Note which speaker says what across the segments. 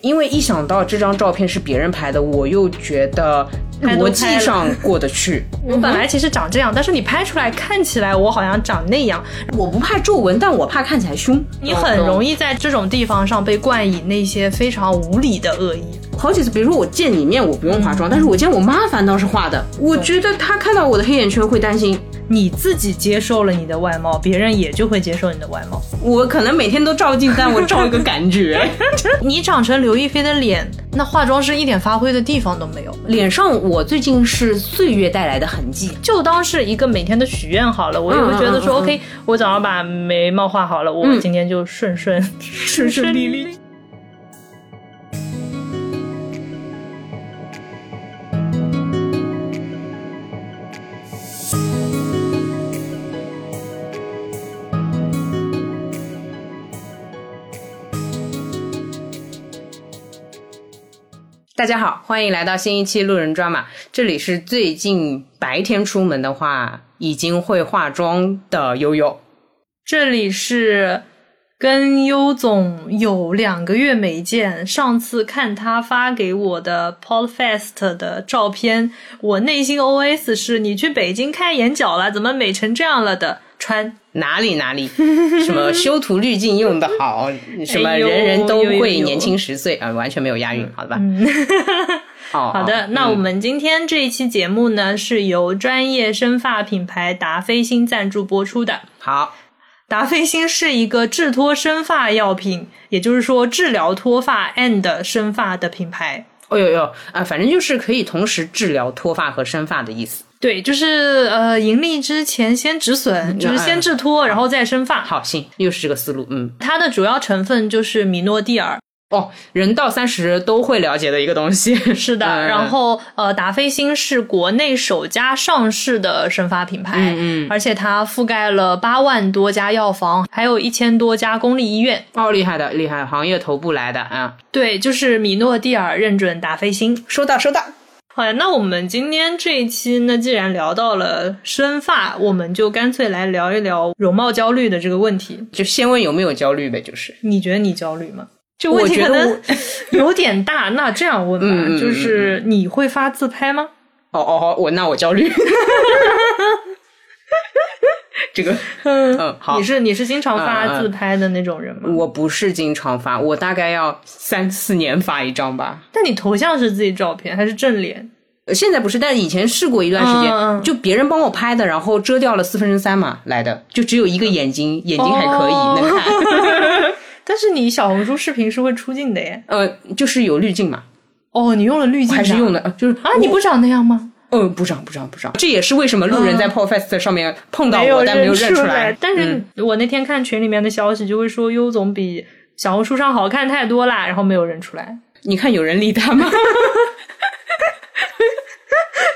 Speaker 1: 因为一想到这张照片是别人拍的，我又觉得
Speaker 2: 拍都
Speaker 1: 逻
Speaker 2: 拍
Speaker 1: 辑
Speaker 2: 了
Speaker 1: 上过得去。
Speaker 3: 我本来其实长这样，但是你拍出来看起来我好像长那样，
Speaker 2: 我不怕皱纹，但我怕看起来凶。
Speaker 3: 你很容易在这种地方上被冠以那些非常无理的恶意。
Speaker 2: 好几次，比如说我见你面我不用化妆，但是我见我妈反倒是化的。我觉得她看到我的黑眼圈会担心。
Speaker 3: 你自己接受了你的外貌，别人也就会接受你的外貌。
Speaker 2: 我可能每天都照镜，但我照一个感觉。
Speaker 3: 你长成刘亦菲的脸，那化妆师一点发挥的地方都没有。
Speaker 2: 脸上我最近是岁月带来的痕迹，
Speaker 3: 就当是一个每天的许愿好了，我也会觉得说、o k 我早上把眉毛画好了，我今天就顺顺、 顺顺利利。
Speaker 1: 大家好，
Speaker 2: 欢迎来到新一期路人抓马，这里是最近白天出门的话已经会化妆的悠悠。
Speaker 3: 这里是跟优总有两个月没见，上次看他发给我的 Podfest 的照片，我内心 OS 是：你去北京开眼角了，怎么美成这样了的？穿
Speaker 2: 哪里哪里， 什么修图滤镜用的 好，什么
Speaker 3: 哎呦
Speaker 2: 人人都
Speaker 3: 呦呦
Speaker 2: 会
Speaker 3: 呦
Speaker 2: 年轻十岁啊、完全没有押韵，好的吧？ 哦，
Speaker 3: 嗯 好的，那我
Speaker 2: 们
Speaker 3: 们今天这一期节目呢，是由专业生发品牌达霏欣赞助播出的。
Speaker 2: 好，
Speaker 3: 达霏欣是一个治脱生发药品，也就是说治疗脱发 and 生发的品牌。
Speaker 2: 哦呦呦啊，反正就是可以同时治疗脱发和生发的意思。
Speaker 3: 对，就是呃，盈利之前先止损，
Speaker 2: 嗯
Speaker 3: 就是先治脱，然后再生发。
Speaker 2: 好，行，又是这个思路，嗯，
Speaker 3: 它的主要成分就是米诺地尔，
Speaker 2: 哦，人到三十都会了解的一个东西，
Speaker 3: 是的。
Speaker 2: 嗯
Speaker 3: 然后呃，达霏欣是国内首家上市的生发品牌，
Speaker 2: 嗯嗯
Speaker 3: 而且它覆盖了八万多家药房，还有一千多家公立医院。
Speaker 2: 哦，厉害的，厉害，行业头部来的啊，
Speaker 3: 对，就是米诺地尔认准达霏欣。
Speaker 2: 收到，收到，
Speaker 3: 好呀，那我们今天这一期呢，既然聊到了生发，我们就干脆来聊一聊容貌焦虑的这个问题。
Speaker 2: 就先问有没有焦虑呗，就是
Speaker 3: 你觉得你焦虑吗？这
Speaker 2: 我
Speaker 3: 问题
Speaker 2: 觉
Speaker 3: 可
Speaker 2: 得
Speaker 3: 能 有点大。那这样问吧，
Speaker 2: 嗯嗯嗯
Speaker 3: 就是你会发自拍吗？
Speaker 2: 哦哦哦，我那我焦虑， 这个
Speaker 3: 嗯
Speaker 2: 嗯好
Speaker 3: 你是你是经常
Speaker 2: 嗯嗯
Speaker 3: 发
Speaker 2: 嗯
Speaker 3: 自拍的那种人吗？
Speaker 2: 我不是经常发，我大概要三四年发一张吧。
Speaker 3: 但你头像是自己照片还是正脸？
Speaker 2: 呃现在不是，但以前试过一段时间，
Speaker 3: 嗯嗯
Speaker 2: 就别人帮我拍的，然后遮掉了四分之三嘛来的，就只有一个眼睛，眼睛还可以、
Speaker 3: 哦
Speaker 2: 能看，
Speaker 3: 但是你小红书视频是会出镜的耶。
Speaker 2: 呃，就是有滤镜嘛，
Speaker 3: 哦，你用了滤镜的，
Speaker 2: 还是用的，呃就是
Speaker 3: 啊？你不长那样吗？
Speaker 2: 我，嗯、不长不长不长，这也是为什么路人在 p o Fest 上面碰到哦我，
Speaker 3: 嗯有
Speaker 2: 但没有认出
Speaker 3: 出
Speaker 2: 来，嗯
Speaker 3: 但是我那天看群里面的消息，就会说优总比小红书上好看太多啦，然后没有认出来，
Speaker 2: 你看有人理他吗？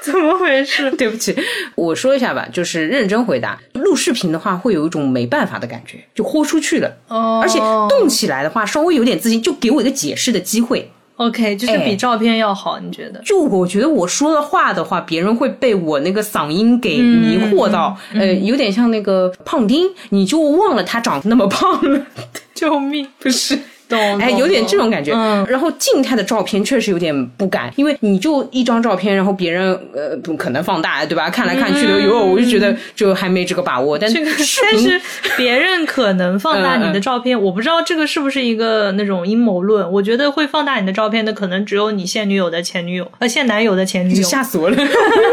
Speaker 3: 怎么回事？
Speaker 2: 对不起，我说一下吧，就是认真回答。录视频的话，会有一种没办法的感觉，就豁出去了。
Speaker 3: 哦，
Speaker 2: 而且动起来的话，稍微有点自信，就给我一个解释的机会。
Speaker 3: OK，就是
Speaker 2: 哎
Speaker 3: 比照片要好，你觉得？
Speaker 2: 就我觉得我说的话的话，别人会被我那个嗓音给迷惑到，
Speaker 3: 嗯
Speaker 2: 呃，有点像那个胖丁，你就忘了他长那么胖了，
Speaker 3: 救命！
Speaker 2: 不是？
Speaker 3: 懂，
Speaker 2: 哎，
Speaker 3: 懂
Speaker 2: 有点
Speaker 3: 懂
Speaker 2: 这种感觉。
Speaker 3: 哦嗯
Speaker 2: 然后静态的照片确实有点不敢，因为你就一张照片，然后别人呃不可能放大，对吧？看来看去的，哟、我就觉得就还没这个把握。但
Speaker 3: 这个，
Speaker 2: 视
Speaker 3: 但
Speaker 2: 频
Speaker 3: 是别人可能放大
Speaker 2: 嗯嗯嗯
Speaker 3: 你的照片，我不知道这个是不是一个那种阴谋论。我觉得会放大你的照片的，可能只有你现女友的前女友，呃，现男友的前女
Speaker 2: 就
Speaker 3: 友。
Speaker 2: 吓死我了。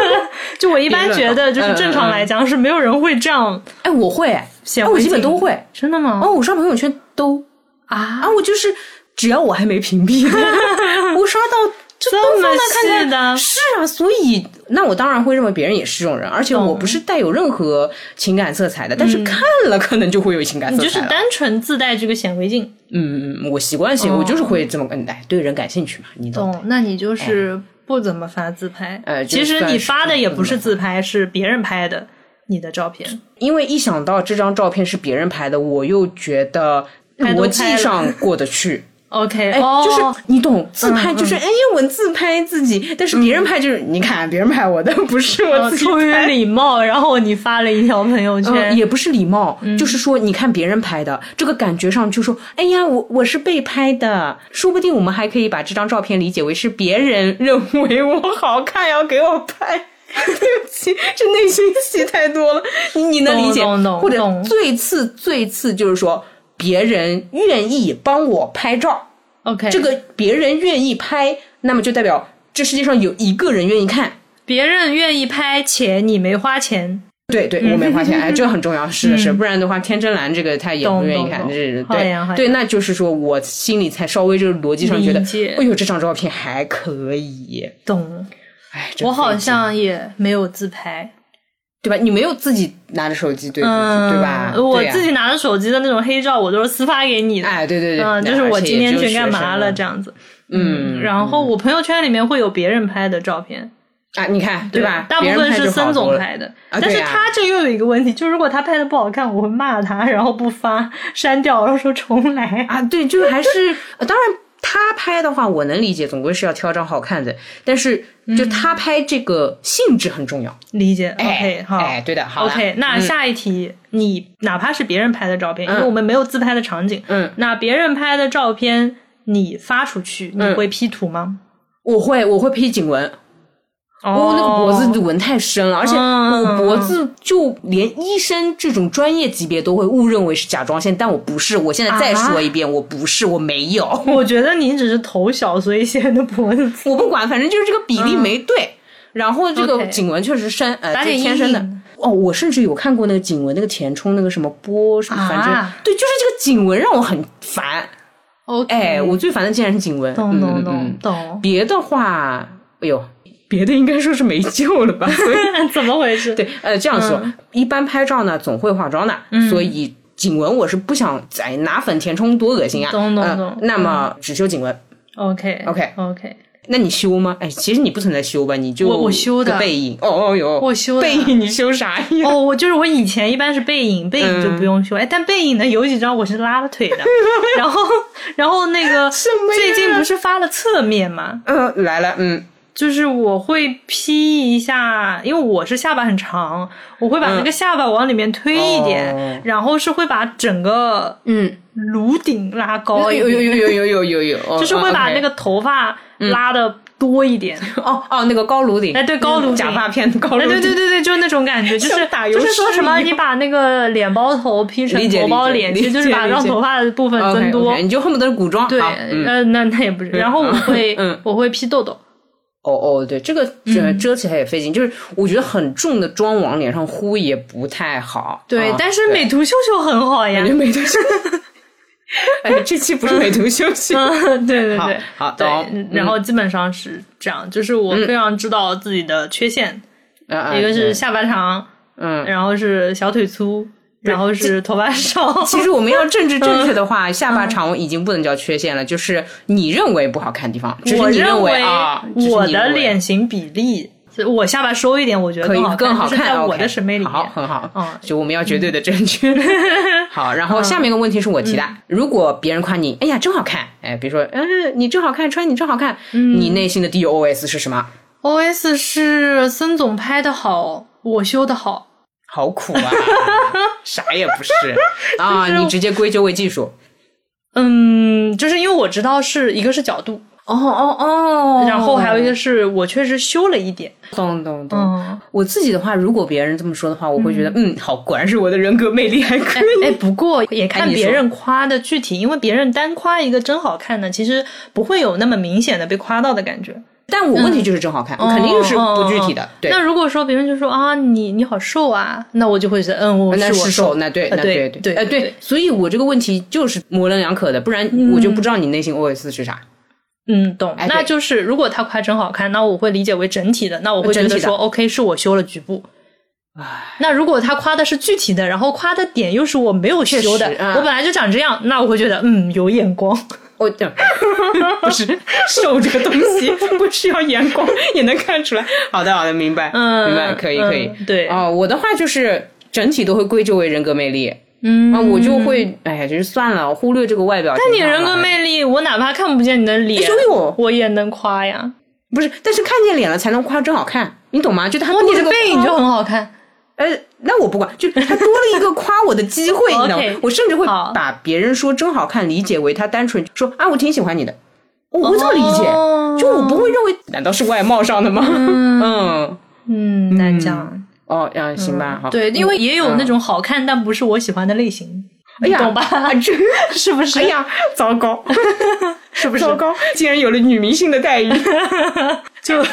Speaker 3: 就我一般
Speaker 2: 别
Speaker 3: 觉
Speaker 2: 乱搞
Speaker 3: 得，就是
Speaker 2: 嗯
Speaker 3: 正常来讲是没有人会这样。
Speaker 2: 哎，我会，哎，
Speaker 3: 显
Speaker 2: 我
Speaker 3: 微
Speaker 2: 基本
Speaker 3: 镜
Speaker 2: 都会。
Speaker 3: 真的吗？
Speaker 2: 哦，我刷朋友圈都
Speaker 3: 啊，
Speaker 2: 啊，我就是只要我还没屏蔽， 我刷到就
Speaker 3: 这
Speaker 2: 都
Speaker 3: 么
Speaker 2: 放大看看
Speaker 3: 细的，
Speaker 2: 是啊，所以那我当然会认为别人也是这种人，而且我不是带有任何情感色彩的，但是看了可能就会有情感
Speaker 3: 嗯你
Speaker 2: 色
Speaker 3: 就是
Speaker 2: 彩了。
Speaker 3: 单纯自带这个显微镜。
Speaker 2: 嗯嗯，嗯我习惯性、我就是会这么嗯，哎，对人感兴趣嘛，你懂。
Speaker 3: 哦懂，那你就是不怎么发自拍。
Speaker 2: 呃就
Speaker 3: 其实
Speaker 2: 算
Speaker 3: 你
Speaker 2: 是
Speaker 3: 发的也
Speaker 2: 不
Speaker 3: 不是
Speaker 2: 怎么
Speaker 3: 自拍，是别人拍的你的照片。
Speaker 2: 因为一想到这张照片是别人拍的，我又觉得
Speaker 3: 拍都
Speaker 2: 逻
Speaker 3: 拍
Speaker 2: 辑
Speaker 3: 了
Speaker 2: 上过得去。
Speaker 3: OK，
Speaker 2: 哎，
Speaker 3: 哦，嗯
Speaker 2: 就是你懂，自拍就是哎，我自拍自己，但是别人拍就是你看别人拍我的， 不是我
Speaker 3: 呃
Speaker 2: 自己
Speaker 3: 嗯出于
Speaker 2: 拍。
Speaker 3: 礼貌，然后你发了嗯一条朋友
Speaker 2: 嗯，
Speaker 3: 圈，
Speaker 2: 也不是礼貌，就是说，你看别人拍的，这个感觉上就说，哎呀，我我是被拍的，说不定我们还可以把这张照片理解为是别人认为我好看，要给我拍。 对不起，这内心戏太多了，你你能理解？
Speaker 3: 懂懂
Speaker 2: 或者
Speaker 3: 懂
Speaker 2: 最次最次就是说，别人愿意帮我拍照，
Speaker 3: OK，
Speaker 2: 这个别人愿意拍，那么就代表这世界上有一个人愿意看。
Speaker 3: 别人愿意拍且你没花钱，
Speaker 2: 对对，
Speaker 3: 嗯
Speaker 2: 我没花 钱，哎，这个很重要，是的是，不然的话，天真蓝这个他也不
Speaker 3: 懂
Speaker 2: 愿意
Speaker 3: 懂
Speaker 2: 看，
Speaker 3: 懂
Speaker 2: 这是
Speaker 3: 好呀好
Speaker 2: 对对，
Speaker 3: 呀
Speaker 2: 那就是说我心里才稍微这个逻辑上觉得
Speaker 3: 理解，
Speaker 2: 哎呦，这张照片还可以，
Speaker 3: 懂？
Speaker 2: 哎，真
Speaker 3: 我好
Speaker 2: 费劲
Speaker 3: 像也没有自拍，
Speaker 2: 对吧？你没有自己拿着手机对自己，
Speaker 3: 嗯，
Speaker 2: 对吧？
Speaker 3: 我
Speaker 2: 对呀啊
Speaker 3: 自己拿着手机的那种黑照，我都是私发给你的，
Speaker 2: 哎，对对对，
Speaker 3: 嗯，
Speaker 2: 那
Speaker 3: 就是
Speaker 2: 而
Speaker 3: 我
Speaker 2: 且
Speaker 3: 今
Speaker 2: 也
Speaker 3: 天
Speaker 2: 只有
Speaker 3: 去干
Speaker 2: 学生
Speaker 3: 嘛
Speaker 2: 了
Speaker 3: 了这样子。嗯，然后我朋友圈里面会有别人拍的照片，
Speaker 2: 啊？你看对吧？
Speaker 3: 大部
Speaker 2: 别人
Speaker 3: 分
Speaker 2: 拍
Speaker 3: 是
Speaker 2: 就好
Speaker 3: 森
Speaker 2: 多
Speaker 3: 总
Speaker 2: 了
Speaker 3: 拍的，
Speaker 2: 啊
Speaker 3: 但
Speaker 2: 对
Speaker 3: 是
Speaker 2: 呀
Speaker 3: 他这又有一个问题，就如果他拍的不好看，我会骂他，然后不发，删掉，然后说重来。
Speaker 2: 啊，对，就是还是呃当然他拍的话，我能理解，总归是要挑张好看的，但是就他拍这个性质很重要。
Speaker 3: 理解
Speaker 2: 嗯哎
Speaker 3: ，OK，好，
Speaker 2: 哎，对的，好了
Speaker 3: OK，那下一题，你哪怕是别人拍的照片，因为
Speaker 2: 嗯
Speaker 3: 我们没有自拍的场景，
Speaker 2: 嗯，
Speaker 3: 那别人拍的照片你发出去，你
Speaker 2: 嗯
Speaker 3: 会 P 图吗？
Speaker 2: 我会我会 P 颈纹，哦，那个脖子纹太深了，而且
Speaker 3: 嗯
Speaker 2: 我脖子就连医生这种专业级别都会误认为是甲状腺，但我不是。我现在再说一遍，我不是，我没有，
Speaker 3: 我觉得你只是头小，所以显得脖子粗。
Speaker 2: 我不管，反正就是这个比例没对。然后这个
Speaker 3: 嗯 OK
Speaker 2: 颈纹确实深，呃，
Speaker 3: 打
Speaker 2: 这
Speaker 3: 点
Speaker 2: 天生的
Speaker 3: 阴影。
Speaker 2: 哦，我甚至有看过那个颈纹，那个填充那个什么波什么，反正、
Speaker 3: 啊
Speaker 2: 对，就是这个颈纹让我很烦。
Speaker 3: OK，
Speaker 2: 哎，我最烦的竟然是颈纹。
Speaker 3: 嗯懂
Speaker 2: 嗯嗯
Speaker 3: 懂
Speaker 2: 嗯
Speaker 3: 懂懂，
Speaker 2: 别的话，哎呦，别的应该说是没救 了吧？所以
Speaker 3: 怎么回事？
Speaker 2: 对，呃，这样说，
Speaker 3: 嗯
Speaker 2: 一般拍照呢总会化妆的，所以颈纹我是不想再拿粉填充，多恶心啊！
Speaker 3: 懂懂
Speaker 2: 呃
Speaker 3: 懂嗯
Speaker 2: 那么只修颈纹，
Speaker 3: ，OK
Speaker 2: OK
Speaker 3: OK，
Speaker 2: 那你修吗？哎，其实你不存在修吧，你就
Speaker 3: 我我修的
Speaker 2: 个背影。哦哦哟，
Speaker 3: 我修的
Speaker 2: 背影，你修啥 呀？
Speaker 3: 哦，我就是我以前一般是背影，背影就不用
Speaker 2: 嗯
Speaker 3: 修。哎，但背影呢，有几张我是拉了 腿的。然后，然后那个
Speaker 2: 么呀
Speaker 3: 最近不是发了侧面嘛，
Speaker 2: 嗯、来了，嗯，
Speaker 3: 就是我会 P 一下，因为我是下巴很长，我会把那个下巴往里面推一点，
Speaker 2: 嗯哦
Speaker 3: 然后是会把整个
Speaker 2: 嗯
Speaker 3: 颅顶拉高
Speaker 2: 哦，
Speaker 3: 一
Speaker 2: 有有
Speaker 3: 点，
Speaker 2: 有有有有有有，哦
Speaker 3: 就是会把那。
Speaker 2: 哦
Speaker 3: 个头发
Speaker 2: 嗯
Speaker 3: 拉的多一点。
Speaker 2: ，OK 哦哦，那个高颅顶，
Speaker 3: 哎对高颅顶
Speaker 2: 假发片的高颅
Speaker 3: 哎，
Speaker 2: 顶，
Speaker 3: 对对对对，就是那种 感觉，就是
Speaker 2: 像打油
Speaker 3: 就是说
Speaker 2: 诗
Speaker 3: 什么，
Speaker 2: 一样
Speaker 3: 你把那个脸 包头 P 成
Speaker 2: 理解
Speaker 3: 头包脸，
Speaker 2: 理
Speaker 3: 其
Speaker 2: 解
Speaker 3: 实就是
Speaker 2: 理解
Speaker 3: 把让
Speaker 2: 理解
Speaker 3: 头发的部分
Speaker 2: OK，OK，
Speaker 3: 增多。
Speaker 2: 你就恨不得是古装。
Speaker 3: 对，
Speaker 2: 好嗯
Speaker 3: 呃，那那也不是。然后我会
Speaker 2: 嗯
Speaker 3: 我会 P 痘痘，
Speaker 2: 哦哦，对，这个
Speaker 3: 嗯
Speaker 2: 遮遮起来也费劲，就是我觉得很重的妆往脸上呼也不太好。
Speaker 3: 对
Speaker 2: 啊，
Speaker 3: 但是美图秀秀很好呀
Speaker 2: 感觉。美图 秀，哎，这期不是美图秀秀，
Speaker 3: 嗯， 对对
Speaker 2: 好
Speaker 3: 对，
Speaker 2: 好
Speaker 3: 对
Speaker 2: 懂
Speaker 3: 嗯
Speaker 2: 嗯
Speaker 3: 然后基本上是这样，就是我非常知道自己的缺陷，
Speaker 2: 啊啊
Speaker 3: 一个
Speaker 2: 对
Speaker 3: 是下巴长，
Speaker 2: 嗯。
Speaker 3: 然后是小腿粗，然后是头发少。
Speaker 2: 其实我们要政治正确的话，下巴长已经不能叫缺陷了，就是你认为不好看的地方，只
Speaker 3: 我
Speaker 2: 是你
Speaker 3: 认
Speaker 2: 为啊，只是
Speaker 3: 我
Speaker 2: 你
Speaker 3: 的
Speaker 2: 认为
Speaker 3: 脸型比例，我下巴收一点，我觉得
Speaker 2: 可以
Speaker 3: 更
Speaker 2: 更好
Speaker 3: 看，就是
Speaker 2: 看，
Speaker 3: 在我
Speaker 2: OK
Speaker 3: 的审美里
Speaker 2: 好，
Speaker 3: 面。
Speaker 2: 很好，
Speaker 3: 嗯
Speaker 2: 就我们要绝对的正 确。好，然后下面一个问题是我提
Speaker 3: 嗯
Speaker 2: 的，如果别人夸你，哎呀真好看，哎，比如说，嗯，你真好看，穿你真好看，
Speaker 3: 嗯
Speaker 2: 你内心的 DOS 是什么？
Speaker 3: OS 是森总拍的好，我修的好。
Speaker 2: 好苦 啊，啥也不是啊，你直接归咎为技术。
Speaker 3: 嗯，就是因为我知道是一个是角度，
Speaker 2: 哦哦哦
Speaker 3: 然后还有一个是我确实修了一点。
Speaker 2: 懂懂懂。
Speaker 3: 嗯，
Speaker 2: 我自己的话，如果别人这么说的话，我会觉得，嗯，好，果然是我的人格魅力还 可以。
Speaker 3: 哎，不过也看
Speaker 2: 你
Speaker 3: 别
Speaker 2: 说
Speaker 3: 人夸的具体，因为别人单夸一个真好看呢，其实不会有那么明显的被夸到的感觉。
Speaker 2: 但我问题就是真好看，肯定是不具体
Speaker 3: 嗯哦
Speaker 2: 的。
Speaker 3: 哦哦
Speaker 2: 对，
Speaker 3: 那如果说别人就说啊，你你好瘦啊，那我就会觉得，嗯，我
Speaker 2: 那
Speaker 3: 我
Speaker 2: 是
Speaker 3: 瘦，
Speaker 2: 那对，
Speaker 3: 呃
Speaker 2: 那
Speaker 3: 对
Speaker 2: 对，
Speaker 3: 对
Speaker 2: 哎
Speaker 3: 对
Speaker 2: 对，所以我这个问题就是模棱两可的，不然我就不知道你内心 OS 是啥。
Speaker 3: 嗯，懂。
Speaker 2: 哎对
Speaker 3: 那就是如果他夸真好看，那我会理解为整体的，那我会觉
Speaker 2: 呃整
Speaker 3: 得
Speaker 2: 体的
Speaker 3: 说，OK，是我修了局部。那如果他夸的是具体的，然后夸的点又是我没有修的
Speaker 2: 确，实啊
Speaker 3: 我本来就长这样，那我会觉得嗯有眼光。
Speaker 2: 哦，对 不是瘦这个东 西不需要眼光也能看出来。好的，好的，明白，
Speaker 3: 嗯
Speaker 2: 明白，可以，
Speaker 3: 嗯
Speaker 2: 可以。
Speaker 3: 对
Speaker 2: 哦，我的话就是整体都会归咎为人格魅力。
Speaker 3: 嗯
Speaker 1: 那我就会，
Speaker 2: 哎呀，就是算了，忽略这个外表。
Speaker 3: 但你人格
Speaker 2: 没
Speaker 3: 魅力，我哪怕看不见你的脸，
Speaker 2: 都有，
Speaker 3: 我也能夸呀。
Speaker 2: 不是，但是看见脸了才能夸真好看，你懂吗？就他
Speaker 3: 哦，
Speaker 2: 多
Speaker 3: 你
Speaker 2: 了
Speaker 3: 的
Speaker 2: 个
Speaker 3: 背影就很好看。
Speaker 2: 呃，那我不管，就他多了一个夸我的机 会，你知道吗
Speaker 3: 哦 OK，？
Speaker 2: 我甚至会
Speaker 3: 好
Speaker 2: 把别人说真好看理解为他单纯说啊，我挺喜欢你的，我会这么理解，
Speaker 3: 哦
Speaker 2: 就我不会认为难道是外貌上的吗？ 嗯，
Speaker 3: 嗯，难讲。
Speaker 2: 哦，呀、行吧，好，
Speaker 3: 嗯对，因为也有那种好看但不是我喜欢的类型，
Speaker 2: 哎
Speaker 3: 你
Speaker 2: 呀，
Speaker 3: 懂吧？
Speaker 2: 啊这
Speaker 3: 是不是？
Speaker 2: 哎呀，糟糕，
Speaker 3: 是不是？
Speaker 2: 糟糕，竟然有了女明星的 待遇， 就。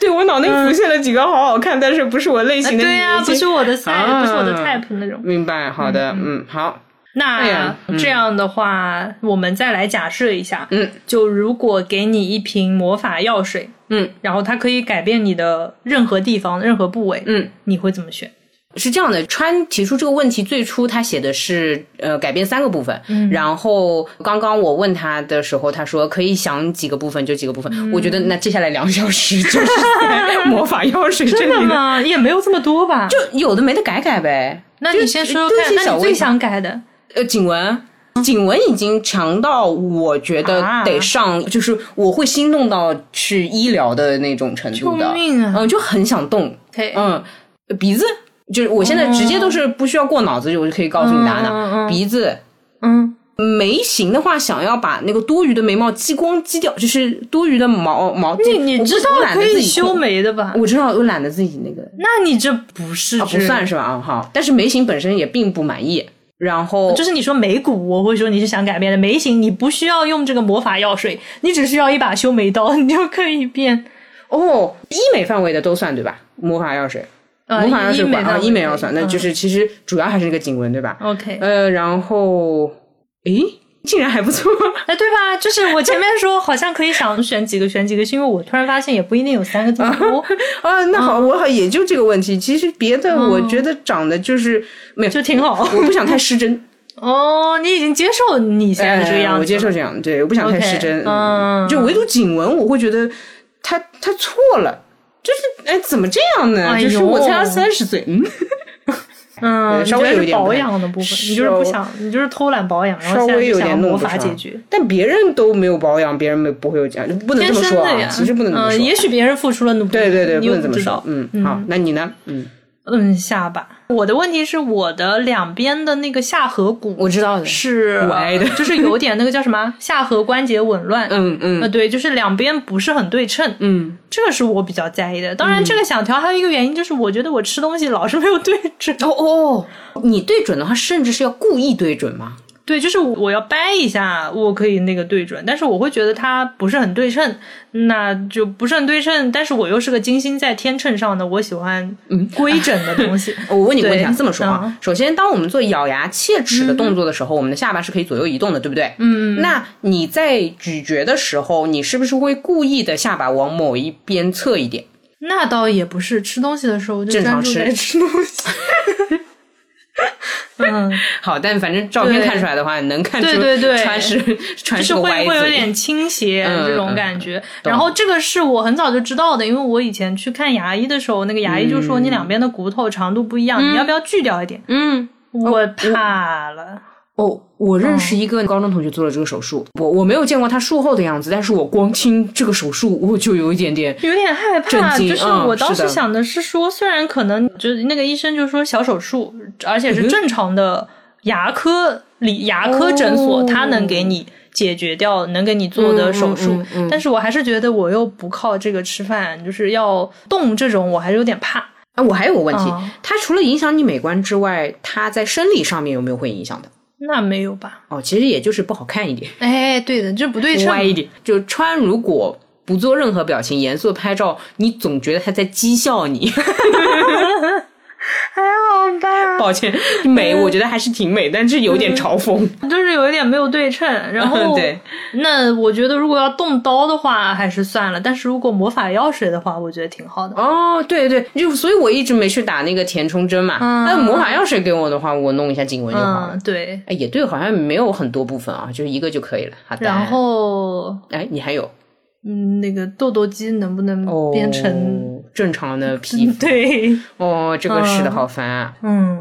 Speaker 2: 对我脑内浮现了几个好好看，但是不是我类型的女
Speaker 3: 嗯对呀、
Speaker 2: 明
Speaker 3: 不
Speaker 2: 星。
Speaker 3: 是我的 style，、
Speaker 2: 啊
Speaker 3: 不是我的 type 那种。
Speaker 2: 明白，好的，嗯，好，
Speaker 3: 那、
Speaker 2: 哎呀
Speaker 3: 这样的话，我们再来假设一下，
Speaker 2: 嗯，
Speaker 3: 就如果给你一瓶魔法药水，
Speaker 2: 嗯
Speaker 3: 然后它可以改变你的任何地方、任何部位，
Speaker 2: 嗯，
Speaker 3: 你会怎么选？
Speaker 2: 是这样的，川提出这个问题最初他写的是呃改变三个部分，嗯，然后刚刚我问他的时候，他说可以想几个部分就几个部分，
Speaker 3: 嗯
Speaker 2: 我觉得那接下来两小时就是 在 魔法药水这
Speaker 3: 真的
Speaker 2: 里了，
Speaker 3: 吗？也没有这么多吧。
Speaker 2: 就有的没得改改呗。
Speaker 3: 那你先说说
Speaker 2: 就
Speaker 3: 看，
Speaker 2: 是
Speaker 3: 那
Speaker 2: 小
Speaker 3: 你
Speaker 2: 问
Speaker 3: 最
Speaker 2: 题
Speaker 3: 想改的？
Speaker 2: 呃，颈纹。颈纹已经强到我觉得
Speaker 3: 啊
Speaker 2: 得上，就是我会心动到去医疗的那种程度的，
Speaker 3: 救命啊
Speaker 2: 嗯，就很想动，
Speaker 3: 可以，
Speaker 2: 嗯，鼻子就是我现在直接都是不需要过脑子，我就可以告诉你答案的。
Speaker 3: 嗯嗯嗯
Speaker 2: 鼻子
Speaker 3: 嗯
Speaker 2: 眉形的话，想要把那个多余的眉毛激光激掉，就是多余的毛毛。
Speaker 3: 你你知道
Speaker 2: 我懒
Speaker 3: 可
Speaker 2: 得自
Speaker 3: 以
Speaker 2: 己
Speaker 3: 修
Speaker 2: 控，
Speaker 3: 眉的吧？
Speaker 2: 我知道，我懒得自己那个，
Speaker 3: 那你这不是
Speaker 2: 啊、不算
Speaker 3: 是，
Speaker 2: 是吧？啊，好，但是眉形本身也并不满意。然后
Speaker 3: 就是你说眉骨，我会说你是想改变的眉形，你不需要用这个魔法药水，你只需要一把修眉刀， 你就可以变。
Speaker 2: 哦，医美范围的都算对吧？魔法药水，
Speaker 3: 呃，
Speaker 2: 魔法药
Speaker 3: 医
Speaker 2: 水
Speaker 3: 美
Speaker 2: 管啊，
Speaker 3: 的、
Speaker 2: 医美药算，那就是是其实主要还是那个颈纹对吧？
Speaker 3: 嗯 OK，
Speaker 2: 呃，然后诶，竟然还不错。
Speaker 3: 哎，对吧？就是我前面说好像可以想选几个选几个，是因为我突然发现也不一定有三个这么 多，
Speaker 2: 啊，那
Speaker 3: 哦
Speaker 2: 好，我好也就这个问题。其实别的，我觉得长得就是没有，
Speaker 3: 就挺好。
Speaker 2: 我不想太失 真。
Speaker 3: 哦，你已经接受你现在这个样子了，
Speaker 2: 哎我接受这样，对，我不想太
Speaker 3: OK，
Speaker 2: 失真。
Speaker 3: 嗯
Speaker 2: 就唯独颈纹，我会觉得他他错了，就是哎，怎么这样呢？
Speaker 3: 哎呦
Speaker 2: 就是我才三十岁，嗯，
Speaker 3: 嗯，
Speaker 2: 对
Speaker 3: 你
Speaker 2: 稍微
Speaker 3: 觉得
Speaker 2: 有一
Speaker 3: 是
Speaker 2: 点
Speaker 3: 保
Speaker 2: 不太
Speaker 3: 养的部分，你就是
Speaker 2: 稍
Speaker 3: 不想，你就是偷懒保养，然
Speaker 2: 稍
Speaker 3: 后现在
Speaker 2: 微
Speaker 3: 就
Speaker 2: 有
Speaker 3: 想要
Speaker 2: 点弄
Speaker 3: 魔
Speaker 2: 不
Speaker 3: 法
Speaker 2: 上
Speaker 3: 解决。
Speaker 2: 但别人都没有保养，别人没不会有讲，不能
Speaker 3: 天
Speaker 2: 这么
Speaker 3: 生
Speaker 2: 说
Speaker 3: 的
Speaker 2: 啊
Speaker 3: 呀，，
Speaker 2: 其实不能这么说。
Speaker 3: 嗯，也许别人付出了努力，
Speaker 2: 对对对，
Speaker 3: 你
Speaker 2: 不
Speaker 3: 又
Speaker 2: 能这么
Speaker 3: 知
Speaker 2: 说
Speaker 3: 道。。
Speaker 2: 嗯，好，那你呢？嗯，
Speaker 3: 嗯，下巴。我的问题是我的两边的那个下颌骨，
Speaker 2: 我知道的
Speaker 3: 是呃
Speaker 2: 歪的
Speaker 3: 就是有点那个叫什么下颌关节紊乱。
Speaker 2: 嗯嗯
Speaker 3: 呃，对，就是两边不是很对称，
Speaker 2: 嗯，
Speaker 3: 这个是我比较在意的。当然，这个想调还有一个原因就是，我觉得我吃东西老是没有对称。
Speaker 2: 哦哦，你对准的话，甚至是要故意对准吗？
Speaker 3: 对，就是我要掰一下，我可以那个对准，但是我会觉得它不是很对称，那就不是很对称。但是我又是个精心在天秤上的，我喜欢
Speaker 2: 嗯
Speaker 3: 规整的 东西。
Speaker 2: 我问你个问题啊，
Speaker 3: 对
Speaker 2: 这么说
Speaker 3: 嗯
Speaker 2: 啊，首先，当我们做咬牙切齿的动作的时候，我们的下巴是可以左右移动的，对不对？嗯。那你在咀嚼的时候，你是不是会故意的下巴往某一边侧一点？
Speaker 3: 那倒也不是，吃东西的时候我就
Speaker 2: 正常
Speaker 3: 专注
Speaker 2: 吃
Speaker 3: 在吃东 西。嗯，
Speaker 2: 好，但反正照片
Speaker 3: 对
Speaker 2: 看出来的话，能看出
Speaker 3: 对对对
Speaker 2: 川是川
Speaker 3: 就是
Speaker 2: 个歪
Speaker 3: 会会有
Speaker 2: 嘴
Speaker 3: 点倾斜
Speaker 2: 嗯
Speaker 3: 这种
Speaker 2: 嗯
Speaker 3: 感觉。然后这个是我很早就知道的，因为我以前去看牙医的时候，那个牙医就说你两边的骨头长度不一样，你要不要锯掉一点？
Speaker 2: 嗯。
Speaker 3: 我怕了。
Speaker 2: 哦，我认识一个高中同学做了这个手术，我我没有见过他术后的样子，但是我光听这个手术我就有一点点
Speaker 3: 有点害怕，
Speaker 2: 震惊
Speaker 3: 就是
Speaker 2: 嗯
Speaker 3: 我当
Speaker 2: 是
Speaker 3: 时
Speaker 2: 的
Speaker 3: 想的是说，虽然可能就是那个医生就说小手术，而且
Speaker 2: 嗯
Speaker 3: 是正常的牙科理牙科诊所，
Speaker 2: 哦
Speaker 3: 他能给你解决掉，能给你做的手术，
Speaker 2: 嗯嗯嗯嗯
Speaker 3: 但是我还是觉得我又不靠这个吃饭，就是要动这种，我还是有点怕。
Speaker 2: 啊。我还有个问题，
Speaker 3: 哦
Speaker 2: 它除了影响你美观之外，它在生理上面有没有会影响的？
Speaker 3: 那没有吧？
Speaker 2: 哦，其实也就是不好看一点，
Speaker 3: 哎，对的，这不对
Speaker 2: 歪
Speaker 3: 称。
Speaker 2: 一点。就川如果不做任何表情，严肃拍照，你总觉得他在讥笑 你。
Speaker 3: 还好吧，
Speaker 2: 抱歉，美，我觉得还是挺美，但是有点嘲讽。，
Speaker 3: 就是有一点没有对称。然 后
Speaker 2: 对，
Speaker 3: 那我觉得如果要动刀的话，还是算了。但是如果魔法药水的话，我觉得挺好的。
Speaker 2: 哦，对对，就所以我一直没去打那个填充针嘛。
Speaker 3: 嗯
Speaker 2: 那、魔法药水给我的话，我弄一下颈纹就好了。
Speaker 3: 嗯，对。
Speaker 2: 哎，也对，好像没有很多部分啊，就是一个就可以了。好的。
Speaker 3: 然，后，
Speaker 2: 哎，你还有
Speaker 3: 嗯，那个痘痘肌能不
Speaker 2: 哦
Speaker 3: 能变成？
Speaker 2: 哦正常的皮肤？
Speaker 3: 对，
Speaker 2: 哦，这个是的，好烦啊。
Speaker 3: 嗯，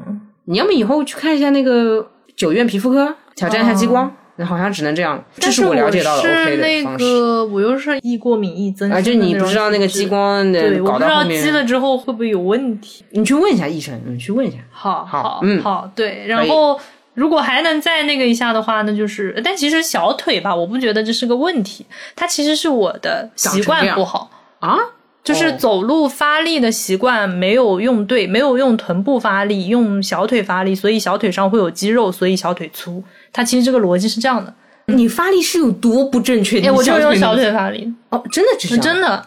Speaker 2: 你要么以后去看一下那个九院皮肤科，挑战一下激光，那好像只能这样。这
Speaker 3: 嗯但
Speaker 2: 是
Speaker 3: 我
Speaker 2: 了解到的
Speaker 3: 是
Speaker 2: OK 的
Speaker 3: 那
Speaker 2: 方式。
Speaker 3: 个，我又是易过敏、易增生
Speaker 2: 啊，
Speaker 3: 的
Speaker 2: 就
Speaker 3: 种体质，
Speaker 2: 你不知道那个激光
Speaker 3: 对，
Speaker 2: 的
Speaker 3: 我
Speaker 2: 搞
Speaker 3: 不知
Speaker 2: 到
Speaker 3: 道
Speaker 2: 后
Speaker 3: 激
Speaker 2: 面，
Speaker 3: 了之后会不会有问题。
Speaker 2: 你去问一下医生，你去问一下。
Speaker 3: 好
Speaker 2: 好
Speaker 3: 好
Speaker 2: 嗯
Speaker 3: 好，对。然后如果还能再那个一下的话，那就是，但其实小腿吧，我不觉得这是个问题，它其实是我的习
Speaker 2: 长成这
Speaker 3: 惯
Speaker 2: 样
Speaker 3: 不好。
Speaker 2: 啊，
Speaker 3: 就是走路发力的习惯没有用对，没有用臀部发力，用小腿发力，所以小腿上会有肌肉，所以小腿粗。它其实这个逻辑是这样的。
Speaker 2: 你发力是有多不正确？
Speaker 3: 嗯哎，
Speaker 2: 哎
Speaker 3: 我就是用小腿发力，
Speaker 2: 哦，真的只是
Speaker 3: 嗯真的。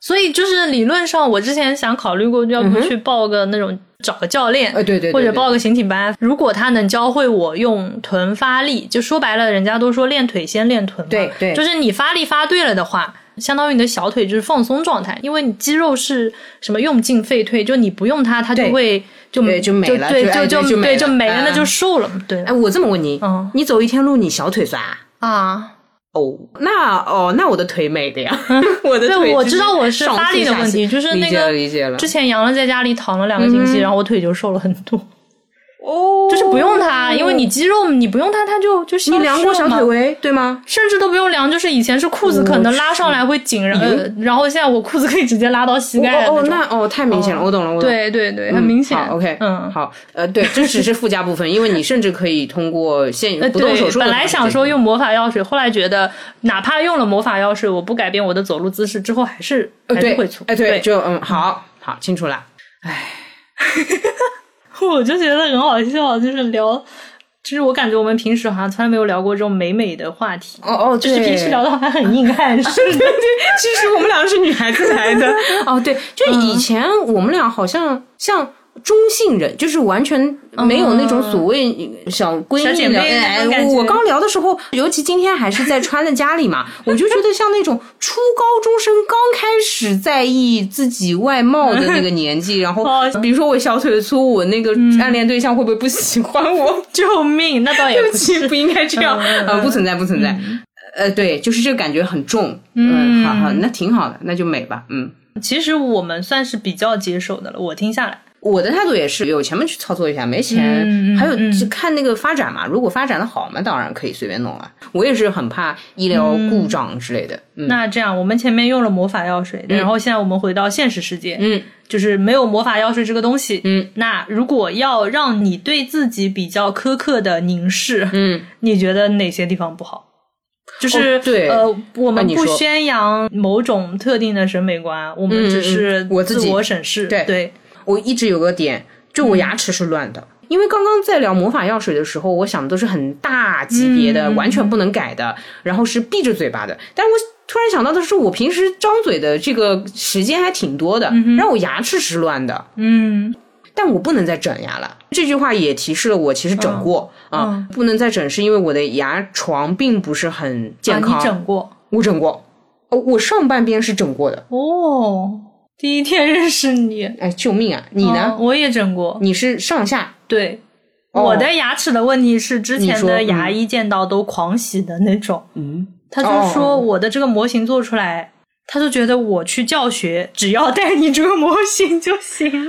Speaker 3: 所以就是理论上，我之前想考虑过，要不去报个那种找个教练，
Speaker 2: 嗯呃对对对
Speaker 3: 或者
Speaker 2: 对
Speaker 3: 报个形体班。如果他能教会我用臀发力，就说白了，人家都说练腿先练臀嘛，
Speaker 2: 对对
Speaker 3: 就是你发力发对了的话。相当于你的小腿就是放松状态，因为你肌肉是什么用进废退，就你不用它，它就
Speaker 2: 对
Speaker 3: 会就
Speaker 2: 对就没了
Speaker 3: 对
Speaker 2: 就哎
Speaker 3: 就
Speaker 2: 对就没
Speaker 3: 对
Speaker 2: 了
Speaker 3: 就没了，那
Speaker 2: 嗯
Speaker 3: 就瘦了嘛，对
Speaker 2: 哎，我这么问你
Speaker 3: 嗯，
Speaker 2: 你走一天路，你小腿酸啊？
Speaker 3: 啊。
Speaker 2: 哦，那哦，那我的腿美的 呀，我的腿
Speaker 3: 对，我
Speaker 2: 就
Speaker 3: 知道我是
Speaker 2: 上
Speaker 3: 发
Speaker 2: 气
Speaker 3: 力的
Speaker 2: 下
Speaker 3: 问题，
Speaker 2: 气
Speaker 3: 就是那
Speaker 2: 理解
Speaker 3: 个
Speaker 2: 了理解了，
Speaker 3: 之前阳了在家里躺了两个星
Speaker 2: 嗯
Speaker 3: 期，然后我腿就瘦了很多。
Speaker 2: 哦，
Speaker 3: 就是不用它，因为你肌肉你不用它，它就就消
Speaker 2: 你量过
Speaker 3: 失了
Speaker 2: 小
Speaker 3: 嘛
Speaker 2: 腿，围对吗？哦
Speaker 3: 甚至都不用量，就是以前是裤子可能拉上来会紧，然后、呃然后现在我裤子可以直接拉到膝盖
Speaker 2: 嗯哦哦，
Speaker 3: 种
Speaker 2: 那哦太明显了，我懂了，我懂了。
Speaker 3: 对对对，很明显。
Speaker 2: 好，OK，
Speaker 3: 嗯，
Speaker 2: 好，呃，对，这只是附加部分，因为你甚至可以通过现
Speaker 3: 呃
Speaker 2: 不动手术的
Speaker 3: 对，
Speaker 2: 方
Speaker 3: 本
Speaker 2: 式解决。
Speaker 3: 来想说用魔法药水，后来觉得哪怕用了魔法药水，我不改变我的走路姿势，之后还是还
Speaker 2: 呃，
Speaker 3: 是
Speaker 2: 对，
Speaker 3: 会粗。
Speaker 2: 哎，
Speaker 3: 对
Speaker 2: 对，，就嗯，好好清楚了。
Speaker 3: 我就觉得很好笑，就是聊，就是我感觉我们平时好像从来没有聊过这种美美的话题，
Speaker 2: 哦哦，
Speaker 3: 就是平时聊的还很硬汉 似 的。
Speaker 2: 其实我们俩是女孩子来 的。哦，对，就以前我们俩好像像中性人，就是完全没有那种所谓小闺
Speaker 3: 小姐
Speaker 2: 蜜
Speaker 3: 妹
Speaker 2: 聊。
Speaker 3: 那
Speaker 2: 哎
Speaker 3: 种感，觉
Speaker 2: 我刚聊的时候，尤其今天还是在川的家里 嘛，我就觉得像那种初高中生刚开始在意自己外貌的那个年纪，然后
Speaker 3: 哦
Speaker 2: 比如说我小腿粗，我那个暗恋对象会不会不喜欢我？
Speaker 3: 救命！那倒也
Speaker 2: 对
Speaker 3: 不
Speaker 2: 不
Speaker 3: 是
Speaker 2: 起，不应该这样，
Speaker 3: 嗯
Speaker 2: 呃，不存在，不存在。呃，对，就是这个感觉很重，嗯，好好，那挺好的，那就美吧，嗯。
Speaker 3: 其实我们算是比较接受的了。我听下来，
Speaker 2: 我的态度也是，有钱嘛去操作一下，没钱、
Speaker 3: 嗯嗯
Speaker 2: 还有
Speaker 3: 嗯
Speaker 2: 就看那个发展嘛。如果发展的好嘛，当然可以随便弄了、我也是很怕医疗故障之类的，嗯
Speaker 3: 那这样我们前面用了魔法药水，然后现在我们回到现实世界，
Speaker 2: 嗯，
Speaker 3: 就是没有魔法药水这个东西，
Speaker 2: 嗯。
Speaker 3: 那如果要让你对自己比较苛刻的凝视，
Speaker 2: 嗯，
Speaker 3: 你觉得哪些地方不好？就是、
Speaker 2: 哦对
Speaker 3: 呃，我
Speaker 2: 啊
Speaker 3: 们
Speaker 2: 你
Speaker 3: 不
Speaker 2: 说
Speaker 3: 宣扬某种特定的审美观，我
Speaker 2: 嗯
Speaker 3: 们只
Speaker 2: 嗯
Speaker 3: 是
Speaker 2: 我自己
Speaker 3: 我审视，
Speaker 2: 对
Speaker 3: 对，
Speaker 2: 我一直有个点，就我牙齿是乱
Speaker 3: 嗯
Speaker 2: 的。因为刚刚在聊魔法药水的时候，我想的都是很大级别的，
Speaker 3: 嗯
Speaker 2: 完全不能改的，然后是闭着嘴巴的。但是我突然想到的是，我平时张嘴的这个时间还挺多的，让我牙齿是乱的，
Speaker 3: 嗯
Speaker 2: 但我不能再整牙了。这句话也提示了我，其实整过、啊，
Speaker 3: 嗯
Speaker 2: 不能再整，是因为我的牙床并不是很健康。
Speaker 3: 啊，你整过
Speaker 2: 我整过，哦，我上半边是整过的。
Speaker 3: 哦？第一天认识你，
Speaker 2: 哎，救命啊！你呢？
Speaker 3: 嗯我也整过，
Speaker 2: 你是上下
Speaker 3: 对。
Speaker 2: 哦
Speaker 3: 我的牙齿的问题是，之前
Speaker 2: 你说
Speaker 3: 的
Speaker 2: 嗯
Speaker 3: 牙医见到都狂喜的那种。
Speaker 2: 嗯，
Speaker 3: 他就说我的这个模型做出来，他就觉得我去教学，只要带你这个模型就 行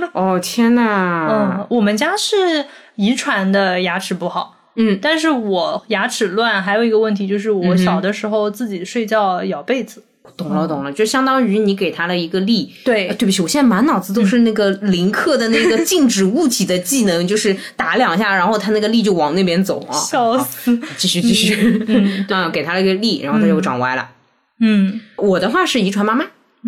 Speaker 3: 了。
Speaker 2: 哦天呐，
Speaker 3: 嗯，我们家是遗传的牙齿不好，
Speaker 2: 嗯
Speaker 3: 但是我牙齿乱，还有一个问题就是我小的时候自己睡觉咬被子。
Speaker 2: 懂
Speaker 3: 嗯
Speaker 2: 了懂了，就相当于你给他了一个力。
Speaker 3: 对
Speaker 2: 呃对不起，我现在满脑子都
Speaker 3: 嗯
Speaker 2: 是那个林克的那个静止物体的技能，就是打两下，然后他那个力就往那边走啊。
Speaker 3: 笑死！
Speaker 2: 继续继续， 嗯，给他了一个力，然后他就长歪了。
Speaker 3: 嗯
Speaker 2: 我的话是遗传妈妈，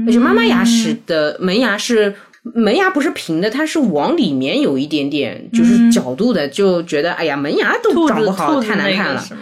Speaker 2: 而且妈妈牙齿的门牙是。门牙不是平的，它是往里面有一点点，就是角度的，就觉得哎呀，门牙
Speaker 3: 嗯兔
Speaker 2: 都长
Speaker 3: 子
Speaker 2: 不好，
Speaker 3: 兔子
Speaker 2: 太难
Speaker 3: 那个
Speaker 2: 看了。
Speaker 3: 是吗？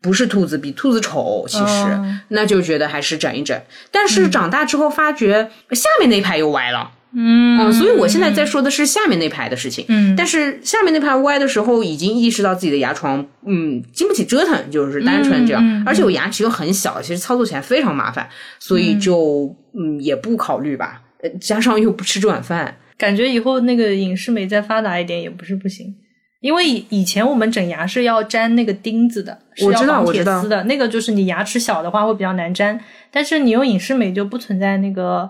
Speaker 2: 不是兔子比兔子丑，其实、
Speaker 3: 嗯
Speaker 2: 那就觉得还是整一整。但是长大之后发觉下面那排又歪了，
Speaker 3: 嗯
Speaker 2: 嗯，所以我现在在说的是下面那排的事情。
Speaker 3: 嗯
Speaker 2: 但是下面那排歪的时候，已经意识到自己的牙床，嗯，经不起折腾，就是单纯这样。
Speaker 3: 嗯嗯嗯
Speaker 2: 而且我牙齿又很小，其实操作起来非常麻烦，所以就嗯也不考虑吧。呃加上又不吃这碗饭，
Speaker 3: 感觉以后那个影视美再发达一点也不是不行，因为以以前我们整牙是要粘那个钉子的，是
Speaker 2: 我
Speaker 3: 要
Speaker 2: 知道
Speaker 3: 绑
Speaker 2: 我
Speaker 3: 铁
Speaker 2: 知道
Speaker 3: 丝的，那个就是你牙齿小的话会比较难粘，但是你用影视美就不存在那个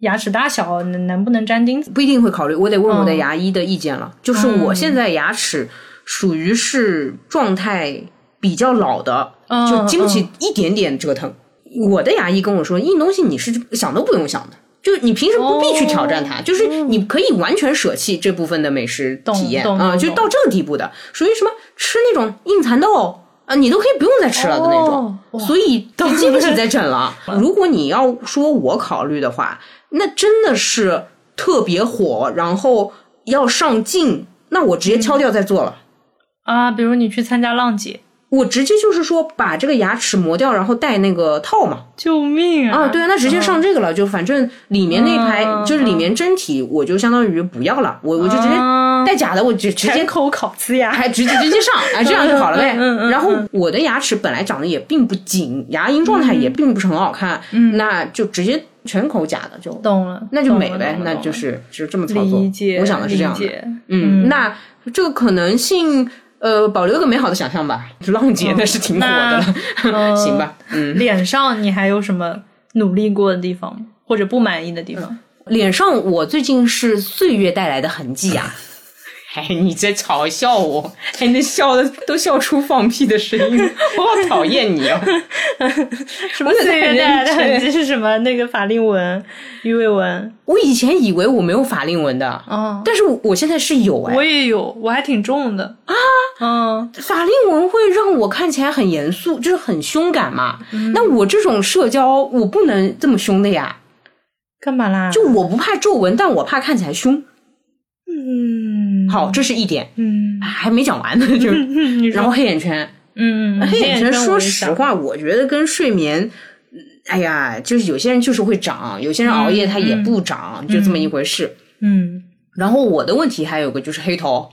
Speaker 3: 牙齿大小能能不能粘钉子？
Speaker 2: 不一定会考虑，我得问我的牙医的意见了。就是我现在牙齿属于是状态比较老的，
Speaker 3: 嗯
Speaker 2: 就经不起一点点折腾。我的牙医跟我说，硬东西你是想都不用想的，就你平时不必去挑战它，
Speaker 3: 哦
Speaker 2: 就是你可以完全舍弃这部分的美食体验
Speaker 3: 懂懂
Speaker 2: 啊、
Speaker 3: 懂
Speaker 2: 就
Speaker 3: 懂
Speaker 2: 到这个地步的，属于什么吃那种硬蚕豆。啊，你都可以不用再吃了的那种，
Speaker 3: 哦嗯
Speaker 2: 所以你经不起再整 了。如果你要说我考虑的话，那真的是特别火，然后要上镜，那我直
Speaker 3: 嗯
Speaker 2: 接敲掉再做了。
Speaker 3: 啊，比如你去参加浪姐，
Speaker 2: 我直接就是说把这个牙齿磨掉，然后戴那个套嘛。
Speaker 3: 救命啊！
Speaker 2: 啊，对啊，那直接上这个了，就反正里面那排、
Speaker 3: 嗯
Speaker 2: 就是里面真体，我就相当于不要了，我我就直接
Speaker 3: 啊
Speaker 2: 戴假的，我就直接
Speaker 3: 全口烤瓷牙，
Speaker 2: 还直接直接上，哎，这样就好了呗。
Speaker 3: 嗯嗯嗯
Speaker 2: 然后我的牙齿本来长得也并不紧，牙龈状态也
Speaker 3: 嗯
Speaker 2: 并不是很好看，那就直接全口假的就，
Speaker 3: 懂了，
Speaker 2: 那就美
Speaker 3: 懂了
Speaker 2: 呗
Speaker 3: 懂，了
Speaker 2: 那
Speaker 3: 懂了
Speaker 2: 就是就这么操作
Speaker 3: 理解。。
Speaker 2: 我想的是这样
Speaker 3: 理
Speaker 2: 的，
Speaker 3: 解
Speaker 2: 嗯，那这个可能性，呃，保留一个美好的想象吧。 浪姐那是挺火的了， 行吧，嗯。
Speaker 3: 脸上你还有什么努力过的地方吗，或者不满意的地方？
Speaker 2: 脸上我最近是岁月带来的痕迹啊。 哎，你在嘲笑我？哎，那笑的都笑出放屁的声 音，我好讨厌 你哦！
Speaker 3: 什么岁月带来的
Speaker 2: 认
Speaker 3: 痕迹是什么？那个法令纹、鱼尾纹，
Speaker 2: 我以前以为我没有法令纹的，
Speaker 3: 哦，
Speaker 2: 但是我我现在是有哎
Speaker 3: 我。也有，我还挺重的啊，嗯，
Speaker 2: 法令纹会让我看起来很严肃，就是很凶感嘛。
Speaker 3: 嗯
Speaker 2: 那我这种社交，我不能这么凶的呀。
Speaker 3: 干嘛啦？
Speaker 2: 就我不怕皱纹，但我怕看起来凶。
Speaker 3: 嗯，
Speaker 2: 好，这是一点，
Speaker 3: 嗯，
Speaker 2: 啊还没讲完 呢，就
Speaker 3: 嗯，
Speaker 2: 然后黑眼圈，
Speaker 3: 嗯，
Speaker 2: 黑眼圈，
Speaker 3: 我
Speaker 2: 说
Speaker 3: 也
Speaker 2: 实
Speaker 3: 想，
Speaker 2: 话，我觉得跟睡眠，哎呀，就是有些人就是会长，有些人熬夜他也不长，就这么一回事。
Speaker 3: 嗯，
Speaker 2: 然后我的问题还有个就是黑头，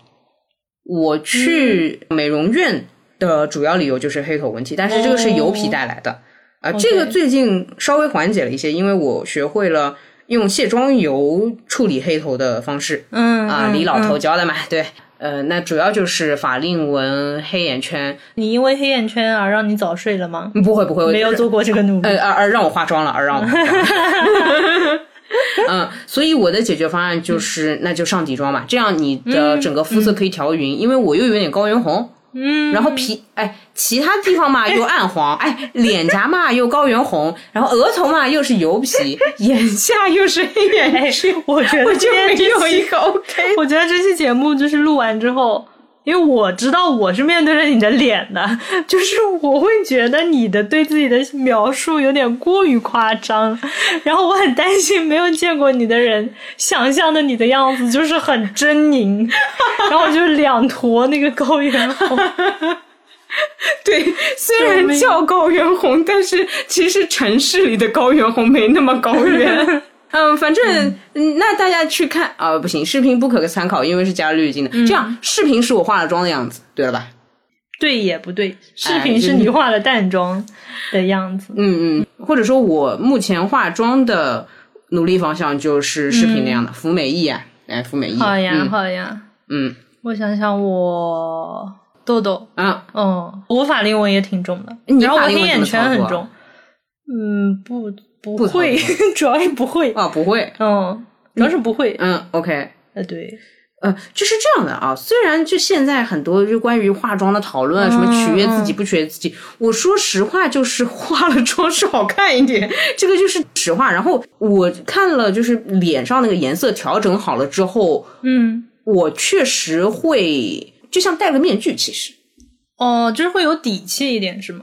Speaker 2: 我去
Speaker 3: 嗯
Speaker 2: 美容院的主要理由就是黑头问题，但是这个是油皮
Speaker 3: 哦
Speaker 2: 带来的。啊，这个
Speaker 3: OK
Speaker 2: 最近稍微缓解了一些，因为我学会了用卸妆油处理黑头的方式。
Speaker 3: 嗯
Speaker 2: 啊，李老头
Speaker 3: 嗯
Speaker 2: 教的嘛，对。呃，那主要就是法令纹、黑眼圈，
Speaker 3: 你因为黑眼圈而让你早睡了吗？
Speaker 2: 不会不会，
Speaker 3: 没有做过这个努力 哎
Speaker 2: 呃，而而让我化妆了，而让我化妆了。 嗯，所以我的解决方案就是，那就上底妆嘛，这样你的整个肤色可以调匀，因为我又有点高原红，嗯，然后皮，哎，其他地方嘛又暗黄，哎，脸颊嘛又高原红，然后额头嘛又是油皮，眼下又是黑眼圈，
Speaker 3: 我觉得
Speaker 2: 我就
Speaker 3: 今天
Speaker 2: 没
Speaker 3: 这
Speaker 2: 有
Speaker 3: 期
Speaker 2: 一个 OK
Speaker 3: 我觉得这期节目就是录完之后，因为我知道我是面对着你的脸的， 就是我会觉得你的对自己的描述有点过于夸张，然后我很担心没有见过你的人想象的你的样子就是很狰狞，然后就是两坨那个高原红，
Speaker 2: 对， 虽
Speaker 3: 救
Speaker 2: 然
Speaker 3: 命
Speaker 2: 叫高原红，但是其实城市里的高原红没那么高原。嗯，反正嗯那大家去看啊、不行，视频不可参考，因为是加滤镜的。这样，视频是我化了妆的样子，对了吧？
Speaker 3: 对也不对，视
Speaker 2: 哎
Speaker 3: 频是
Speaker 2: 真
Speaker 3: 你化了淡妆的样子，
Speaker 2: 嗯嗯，或者说我目前化妆的努力方向就是视频那样的，服美役啊，哎，服美役。
Speaker 3: 好呀、
Speaker 2: 嗯
Speaker 3: 好呀，
Speaker 2: 嗯
Speaker 3: 我想想我豆豆。
Speaker 2: 啊，
Speaker 3: 嗯，我法令纹也挺重的，
Speaker 2: 你
Speaker 3: 然后我
Speaker 2: 法令
Speaker 3: 黑
Speaker 2: 纹
Speaker 3: 眼圈
Speaker 2: 怎么
Speaker 3: 很
Speaker 2: 操作啊
Speaker 3: 重。嗯，不不
Speaker 2: 不操
Speaker 3: 会， 主要是不会。
Speaker 2: 啊，不会，
Speaker 3: 嗯，主要是不会。
Speaker 2: 嗯，OK。
Speaker 3: 呃，对，
Speaker 2: 呃，就是这样的啊。虽然就现在很多就关于化妆的讨论啊，什么取悦自己不取悦自己，我说实话，就是化了妆是好看一点，这个就是实话。然后我看了，就是脸上那个颜色调整好了之后，
Speaker 3: 嗯，
Speaker 2: 我确实会就像戴个面具，其实
Speaker 3: 哦，就是会有底气一点，是吗？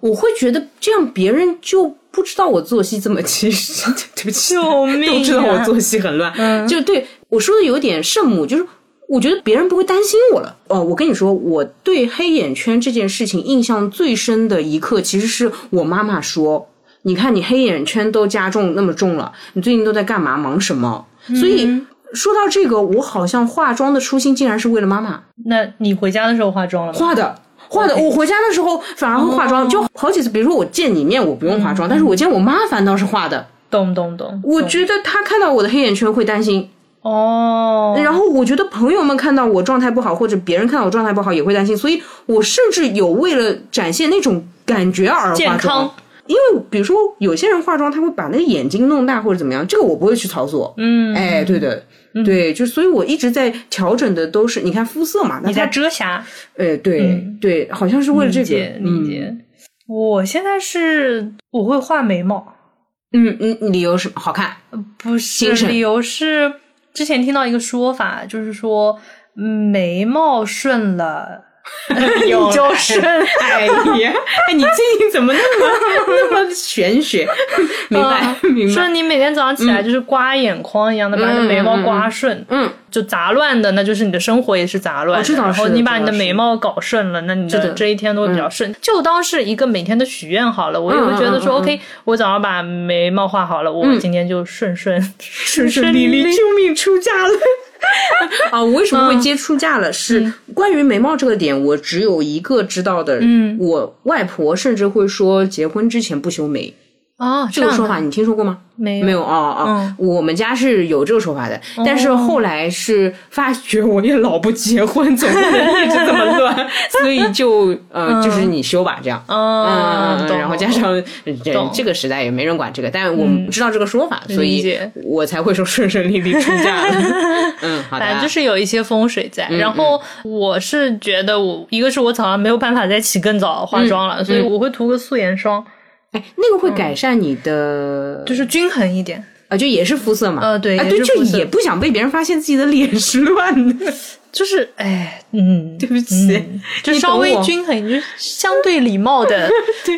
Speaker 2: 我会觉得这样别人就不知道我作息这么其实 对不起，
Speaker 3: 救命、啊！嗯
Speaker 2: 都知道我作息很乱，就对我说的有点圣母，就是我觉得别人不会担心我了。哦，我跟你说，我对黑眼圈这件事情印象最深的一刻，其实是我妈妈说：“你看你黑眼圈都加重那么重了，你最近都在干嘛？忙什么？”所以。
Speaker 3: 嗯
Speaker 2: 说到这个，我好像化妆的初心竟然是为了妈妈
Speaker 3: 那你回家的时候化妆了吗？
Speaker 2: 化的，化的。我回家的时候反而会
Speaker 3: 哦
Speaker 2: 化妆，就好几次。比如说我见你面，我不用化妆，但是我见我妈反倒是化的。
Speaker 3: 懂懂懂。
Speaker 2: 我
Speaker 3: 懂
Speaker 2: 觉得她看到我的黑眼圈会担心，
Speaker 3: 哦，
Speaker 2: 然后我觉得朋友们看到我状态不好，或者别人看到我状态不好也会担心，所以我甚至有为了展现那种感觉而化妆
Speaker 3: 健康。
Speaker 2: 因为比如说有些人化妆，他会把那个眼睛弄大或者怎么样，这个我不会去操作。
Speaker 3: 嗯，
Speaker 2: 哎，对的，对，就所以我一直在调整的都是你看肤色嘛，那
Speaker 3: 你
Speaker 2: 它
Speaker 3: 在遮瑕，
Speaker 2: 哎对、
Speaker 3: 嗯
Speaker 2: 对，好像是为了这
Speaker 3: 理
Speaker 2: 个嗯
Speaker 3: 解理解。我现在是我会画眉毛，
Speaker 2: 嗯嗯，嗯理由是好看，
Speaker 3: 不
Speaker 2: 精
Speaker 3: 是
Speaker 2: 神
Speaker 3: 理由是之前听到一个说法，就是说嗯眉毛顺了。你
Speaker 2: 有
Speaker 3: 就顺，
Speaker 2: 哎呀，哎，你最近怎么那么那么玄学？明白、
Speaker 3: 嗯
Speaker 2: 明白，
Speaker 3: 顺你每天早上起来就是刮眼眶一样的，把你的眉毛刮顺，
Speaker 2: 嗯，
Speaker 3: 就杂乱的，那就是你的生活也是杂乱
Speaker 2: 哦
Speaker 3: 的。
Speaker 2: 这倒是
Speaker 3: 然后你把你
Speaker 2: 这倒
Speaker 3: 的
Speaker 2: 是
Speaker 3: 眉毛搞顺了，那你
Speaker 2: 是
Speaker 3: 的
Speaker 2: 的嗯
Speaker 3: 这一天都会比较顺。就当是一个每天的许愿好了，我也会觉得说、
Speaker 2: 嗯嗯嗯嗯
Speaker 3: o k 我早上把眉毛画好了，我今天就顺顺、顺
Speaker 2: 顺顺利利，救命，出嫁 了。啊，我为什
Speaker 3: 嗯
Speaker 2: 么会接出嫁了？是关于眉毛这个点，我只有一个知道的。
Speaker 3: 嗯，
Speaker 2: 我外婆甚至会说，结婚之前不修眉，
Speaker 3: 啊。
Speaker 2: 这个
Speaker 3: 样
Speaker 2: 说
Speaker 3: 的
Speaker 2: 法你听说过吗？
Speaker 3: 没有嗯哦
Speaker 2: 没有啊啊！我们家是有这个说法的，但是后来是发觉我也老不结婚，总不能一直这么 乱，所以就
Speaker 3: 嗯
Speaker 2: 呃，就是你修吧，这样。
Speaker 3: 啊，
Speaker 2: 嗯，
Speaker 3: 懂
Speaker 2: 然后
Speaker 3: 懂嗯
Speaker 2: 加上人这个时代也没人管这个，但我们知道这个说法，所
Speaker 3: 理
Speaker 2: 以
Speaker 3: 解
Speaker 2: 我才会说顺顺利利出嫁 了。嗯，好的
Speaker 3: 反
Speaker 2: 啊，
Speaker 3: 正就是有一些风水在。然后我是觉得我一个是我早上没有办法再起更早化妆了，所以我会涂个素颜霜，
Speaker 2: 哎，那个会
Speaker 3: 嗯
Speaker 2: 改善你的
Speaker 3: 就是均衡一点。
Speaker 2: 啊，就也是肤色嘛。
Speaker 3: 呃对
Speaker 2: 啊
Speaker 3: 也
Speaker 2: 对，
Speaker 3: 是
Speaker 2: 就
Speaker 3: 肤色
Speaker 2: 也不想被别人发现自己的脸是乱的。
Speaker 3: 就是哎，嗯，对
Speaker 2: 对不起，
Speaker 3: 就
Speaker 2: 你懂
Speaker 3: 稍微
Speaker 2: 我
Speaker 3: 均衡，就是相对礼貌的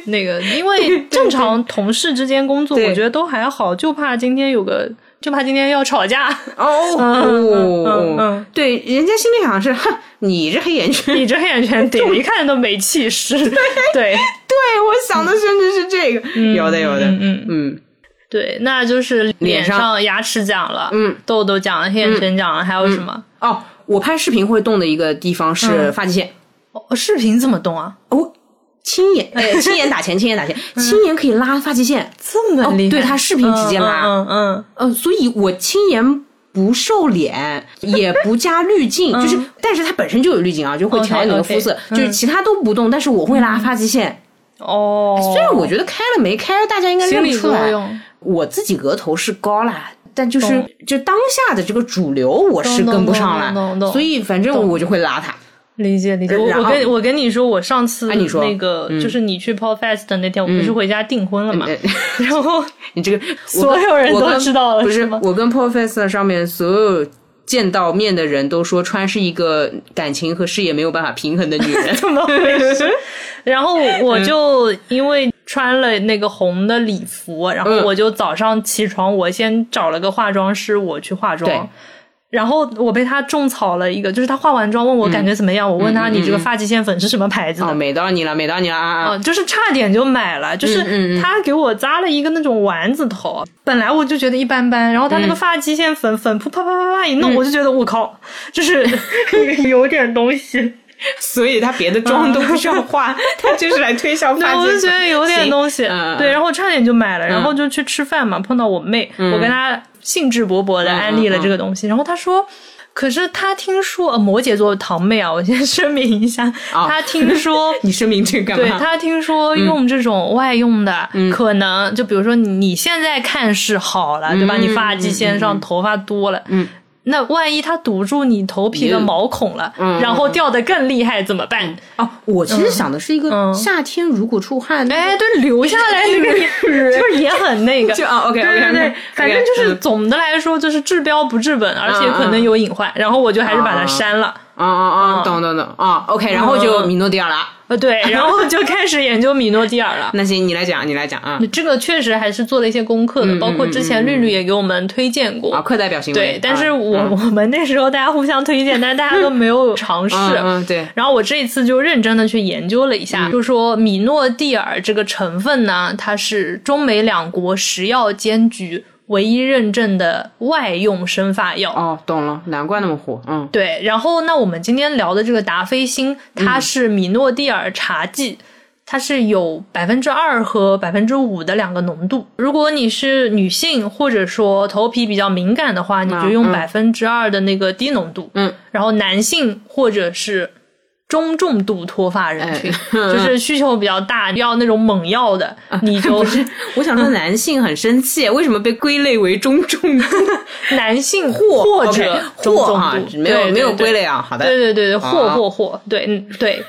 Speaker 3: 那个，因为正常同事之间工作，
Speaker 2: 对
Speaker 3: 我觉得都还好，就怕今天有个，就怕今天要吵架。
Speaker 2: 哦
Speaker 3: 嗯
Speaker 2: 哦
Speaker 3: 嗯，
Speaker 2: 对，人家心里想是，哼，你这黑眼圈， 哎
Speaker 3: 你这黑眼圈顶一看都没气势，对
Speaker 2: 对我想的甚至是这个，有的有的，
Speaker 3: 嗯
Speaker 2: 嗯
Speaker 3: 对，那就是脸
Speaker 2: 脸上
Speaker 3: 上牙齿讲了，
Speaker 2: 嗯，
Speaker 3: 痘痘讲了，黑眼圈讲了，还有什么？
Speaker 2: 哦，我拍视频会动的一个地方是
Speaker 3: 嗯
Speaker 2: 发际线，
Speaker 3: 哦，视频怎么动啊？
Speaker 2: 哦，青眼， 呃，青眼打钱，青眼打钱，青眼可以拉发际线，
Speaker 3: 这么
Speaker 2: 哦
Speaker 3: 厉害？
Speaker 2: 对它视频直接拉
Speaker 3: 嗯嗯嗯
Speaker 2: 呃，所以我青眼不瘦脸，也不加滤 镜，就是，
Speaker 3: 嗯
Speaker 2: 但是它本身就有滤镜啊，就会调你的
Speaker 3: OK，OK，
Speaker 2: 肤色，
Speaker 3: 嗯
Speaker 2: 就是其他都不动，但是我会拉发际线。
Speaker 3: 嗯哦，
Speaker 2: 虽然我觉得开了没开，大家应该
Speaker 3: 心
Speaker 2: 认
Speaker 3: 理
Speaker 2: 不出
Speaker 3: 作
Speaker 2: 来。
Speaker 3: 用，
Speaker 2: 我自己额头是高啦，但就是
Speaker 3: 懂
Speaker 2: 就当下的这个主流我是
Speaker 3: 懂懂
Speaker 2: 跟不上
Speaker 3: 懂懂懂
Speaker 2: 了，所以反正我就会拉它。
Speaker 3: 理解理解，我
Speaker 2: 呃然
Speaker 3: 我
Speaker 2: 后
Speaker 3: 跟我跟你说，我上次
Speaker 2: 啊你说
Speaker 3: 那个就是你去 Paul Fest 的那天，我不是回家订婚了嘛，
Speaker 2: 嗯
Speaker 3: 然后
Speaker 2: 你 这个我
Speaker 3: 所
Speaker 2: 跟
Speaker 3: 有人
Speaker 2: 我
Speaker 3: 都
Speaker 2: 跟
Speaker 3: 知道了
Speaker 2: 不
Speaker 3: 是
Speaker 2: 是
Speaker 3: 吗
Speaker 2: 我跟 Professor 上面所有见到面的人都说，川是一个感情和事业没有办法平衡的女人。
Speaker 3: 怎么回事？然后
Speaker 2: 嗯
Speaker 3: 我就因为穿了那个红的礼服，然后
Speaker 2: 嗯
Speaker 3: 我就早上起床，我先找了个化妆师，我去化妆
Speaker 2: 对。
Speaker 3: 然后我被他种草了一个，就是他化完妆问
Speaker 2: 嗯
Speaker 3: 我感觉怎么样，我问他你这个发际线粉是什么牌子的
Speaker 2: 哦，，美到你了，美到你了啊！
Speaker 3: 啊，
Speaker 2: 啊
Speaker 3: 就是差点就买了，
Speaker 2: 嗯
Speaker 3: 就是他给我扎了一个那种丸子头，本来我就觉得一般般，然后他那个
Speaker 2: 嗯
Speaker 3: 发际线粉粉扑啪啪啪啪一弄，我就觉得我靠，就是 有点东西，
Speaker 2: 所以她别的妆都不需要 化，她就是来推销
Speaker 3: 对，
Speaker 2: 发
Speaker 3: 哦我就觉
Speaker 2: 际。
Speaker 3: 得有点东西
Speaker 2: 行嗯，嗯嗯
Speaker 3: 对，然后我差点就买了，然后就去吃饭嘛，碰到我妹，我跟她兴致勃勃的
Speaker 2: 嗯
Speaker 3: 安利了这个东西，然后她说。可是她听说，呃，摩羯座的堂妹啊，我先 声明一下，
Speaker 2: 哦嗯
Speaker 3: 她 听说
Speaker 2: 你声明这干
Speaker 3: 对
Speaker 2: 嘛？
Speaker 3: 他听说用这种外用的，
Speaker 2: 嗯
Speaker 3: 可能就比如说你你现在看是好了，对吧？你
Speaker 2: 嗯
Speaker 3: 发际线上头发多了，嗯，那万一它堵住你头皮
Speaker 2: 嗯
Speaker 3: 的毛孔了，然后掉的更厉害怎么办？
Speaker 2: 哦，我其实想的是一个夏天如果出汗，
Speaker 3: 嗯哎，对，留下来 那个也就是也很那个，
Speaker 2: 就嗯啊，OK，
Speaker 3: 对 对对，反正就是总的来说就是治标不治本，而且可能有隐患。然后我就还是把它删了。
Speaker 2: 啊
Speaker 3: 嗯
Speaker 2: 啊啊，懂懂懂啊，OK，然后就米诺地尔了。
Speaker 3: 呃，对，然后就开始研究米诺地尔了。
Speaker 2: 那行，你来讲，你来讲啊
Speaker 3: 这个确实还是做了一些功课的，
Speaker 2: 嗯
Speaker 3: 包括之前绿绿也给我们推荐过。
Speaker 2: 啊，课代表行为。
Speaker 3: 对，但是
Speaker 2: 啊
Speaker 3: 我、
Speaker 2: 嗯
Speaker 3: 我们那时候大家互相推荐，但是大家都没有尝试。
Speaker 2: 嗯嗯对，
Speaker 3: 然后我这一次就认真的去研究了一下，就说米诺地尔这个成分呢，它是中美两国食药监局唯一认证的外用生发药。
Speaker 2: 哦，懂了，难怪那么火，嗯。
Speaker 3: 对，然后那我们今天聊的这个达菲星，
Speaker 2: 嗯
Speaker 3: 它是米诺地尔茶剂，它是有百分之二和百分之五的两个浓度。如果你是女性或者说头皮比较敏感的话，你就
Speaker 2: 嗯
Speaker 3: 用百分之二的那个低浓度。
Speaker 2: 嗯，
Speaker 3: 然后男性或者是中重度脱发人群，
Speaker 2: 哎
Speaker 3: 就是需求比较大，要那种猛药的，
Speaker 2: 啊
Speaker 3: 你就
Speaker 2: 我想说，男性很生气，为什么被归类为中重度
Speaker 3: 男 性
Speaker 2: 或
Speaker 3: 或者
Speaker 2: OK，
Speaker 3: 中
Speaker 2: 或
Speaker 3: 重
Speaker 2: 啊
Speaker 3: 度，
Speaker 2: 没有
Speaker 3: 对
Speaker 2: 没有
Speaker 3: 对
Speaker 2: 归类啊？好的，
Speaker 3: 对对对对，或
Speaker 2: 啊
Speaker 3: 或或，对嗯 对，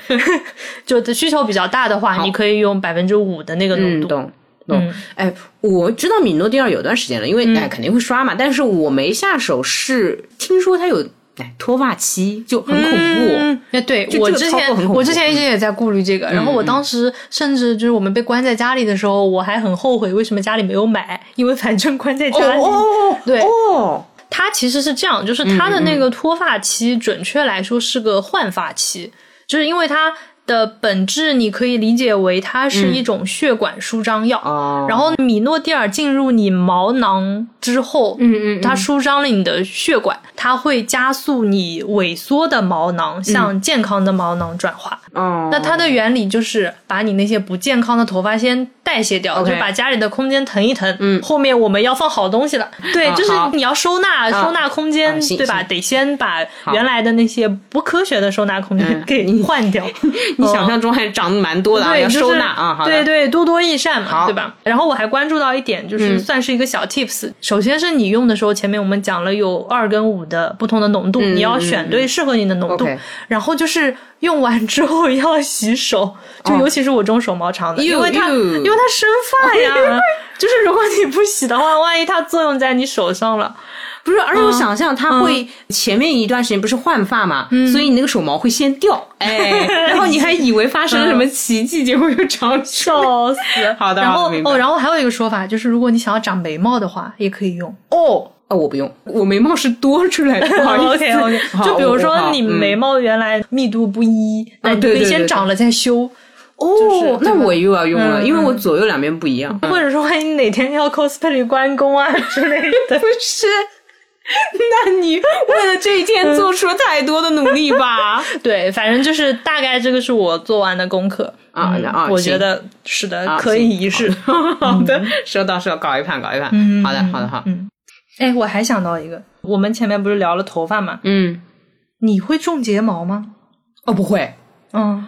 Speaker 3: 就需求比较大的话，你可以用百分之五的那个浓
Speaker 2: 嗯，
Speaker 3: 度。
Speaker 2: 懂懂。哎，我知道米诺地尔有段时间了，因为哎肯定会刷嘛，但是我没下手是听说它有哎脱发期，就很恐怖。
Speaker 3: 嗯，哎，对
Speaker 2: 就
Speaker 3: 我
Speaker 2: 这个
Speaker 3: 之
Speaker 2: 操作很
Speaker 3: 前
Speaker 2: 恐
Speaker 3: 我之
Speaker 2: 怖嗯
Speaker 3: 前一直也在顾虑这个，然后我当时甚至就是我们被关在家里的时候，我还很后悔为什么家里没有买，因为反正关在家里，
Speaker 2: 哦，嗯
Speaker 3: 对
Speaker 2: 哦，
Speaker 3: 它其实是这样，就是它的那个脱发期，准确来说是个换发期，就是因为它。的本质你可以理解为它是一种血管舒张药，
Speaker 2: 嗯哦
Speaker 3: 然后米诺地尔进入你毛囊之后，
Speaker 2: 嗯嗯嗯
Speaker 3: 它舒张了你的血管，它会加速你萎缩的毛囊向健康的毛囊转化。
Speaker 2: 嗯哦，
Speaker 3: 那它的原理就是把你那些不健康的头发先代谢掉
Speaker 2: OK
Speaker 3: 就把家里的空间腾一腾。嗯，后面我们要放好东西了。对，
Speaker 2: 啊
Speaker 3: 就是
Speaker 2: 好
Speaker 3: 你要收纳、收纳空间，
Speaker 2: 啊行
Speaker 3: 对吧？
Speaker 2: 行
Speaker 3: 得先把原来的那些不科学的收纳空间
Speaker 2: 嗯
Speaker 3: 给换 掉。
Speaker 2: 你想象中还长得蛮多的啊，
Speaker 3: 对，
Speaker 2: 要
Speaker 3: 就是
Speaker 2: 收纳啊，好的
Speaker 3: 对对，多多益善嘛，
Speaker 2: 好嗯
Speaker 3: 对吧？然后我还关注到一点，就是算是一个小 tips、首先是你用的时候，前面我们讲了有二跟五的不同的浓
Speaker 2: 嗯
Speaker 3: 度，你要选对适合你的浓度。
Speaker 2: OK
Speaker 3: 然后就是用完之后要洗手，就
Speaker 2: 哦
Speaker 3: 尤其是我这种手毛长的，
Speaker 2: 哟
Speaker 3: 因为它
Speaker 2: 哟
Speaker 3: 因为它生发 呀，就是如果你不洗的话，万一它作用在你手 上了，
Speaker 2: 不是，而
Speaker 3: 嗯
Speaker 2: 且我想象它会前面一段时间不是换发嘛，
Speaker 3: 嗯
Speaker 2: 所以你那个手毛会先掉，哎，然后你还以为发生了什么奇迹，结果又长出来。
Speaker 3: 笑死。
Speaker 2: 好的
Speaker 3: 然
Speaker 2: 好
Speaker 3: 后
Speaker 2: 的明白
Speaker 3: 哦，然后还有一个说法就是，如果你想要长眉毛的话，也可以用。
Speaker 2: 哦，啊，我不用，我眉毛是多出来的， 不好意思。
Speaker 3: OK OK，
Speaker 2: 好
Speaker 3: 就比如说你。
Speaker 2: 我我好嗯
Speaker 3: 眉毛原来密度不一，那你
Speaker 2: 对
Speaker 3: 可以
Speaker 2: 对
Speaker 3: 先
Speaker 2: 对
Speaker 3: 长了再修，是
Speaker 2: 哦，
Speaker 3: 对
Speaker 2: 那
Speaker 3: 吧
Speaker 2: 我又要用了，
Speaker 3: 嗯
Speaker 2: 因为我左右两边不一样。
Speaker 3: 或者说万一哪天要 cosplay 关公啊之类的
Speaker 2: 不。是，那你为了这一天做出了太多的努力 吧？
Speaker 3: 对，反正就是大概这个是我做完的功课
Speaker 2: 啊
Speaker 3: 嗯
Speaker 2: 那啊
Speaker 3: 我
Speaker 2: 行
Speaker 3: 觉得是的，
Speaker 2: 啊
Speaker 3: 可以一试。
Speaker 2: 好的，收到，收到，搞一盘，搞一盘。好的，好的，好。
Speaker 3: 嗯，哎，我还想到一个，我们前面不是聊了头发嘛？
Speaker 2: 嗯，
Speaker 3: 你会种睫毛吗？
Speaker 2: 哦，不会。
Speaker 3: 嗯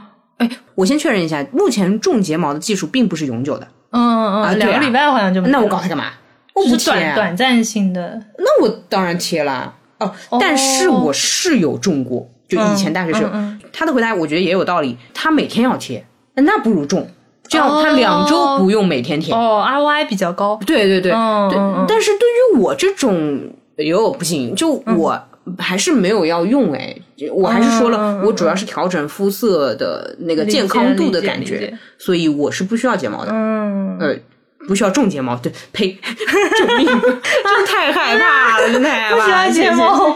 Speaker 2: 我先确认一下，目前种睫毛的技术并不是永久的。
Speaker 3: 嗯
Speaker 2: 对
Speaker 3: 嗯，两个
Speaker 2: 啊
Speaker 3: 礼拜好像就没
Speaker 2: 那我
Speaker 3: 了
Speaker 2: 搞它干嘛？我不
Speaker 3: 是
Speaker 2: 贴
Speaker 3: 短
Speaker 2: 啊，
Speaker 3: 短暂性的，
Speaker 2: 那我当然贴了。哦，但是我是有种过，就以前大学时候
Speaker 3: 嗯嗯，
Speaker 2: 他的回答我觉得也有道理。他每天要贴，那不如种，这样
Speaker 3: 哦
Speaker 2: 他两周不用每天贴。
Speaker 3: 哦，ROI 比较高。
Speaker 2: 对对对，
Speaker 3: 嗯
Speaker 2: 对
Speaker 3: 嗯嗯。
Speaker 2: 但是对于我这种，哟不行，就我还是没有要用哎，我还是说
Speaker 3: 嗯嗯
Speaker 2: 了
Speaker 3: 嗯，
Speaker 2: 我主要是调整肤色的那个健康度的感
Speaker 3: 理解理
Speaker 2: 觉
Speaker 3: 解，
Speaker 2: 所以我是不需要睫毛的。
Speaker 3: 嗯，
Speaker 2: 呃，不需要种睫毛， 对，呸，救命！ 真太害怕了，真太害怕了，
Speaker 3: 不需要睫毛。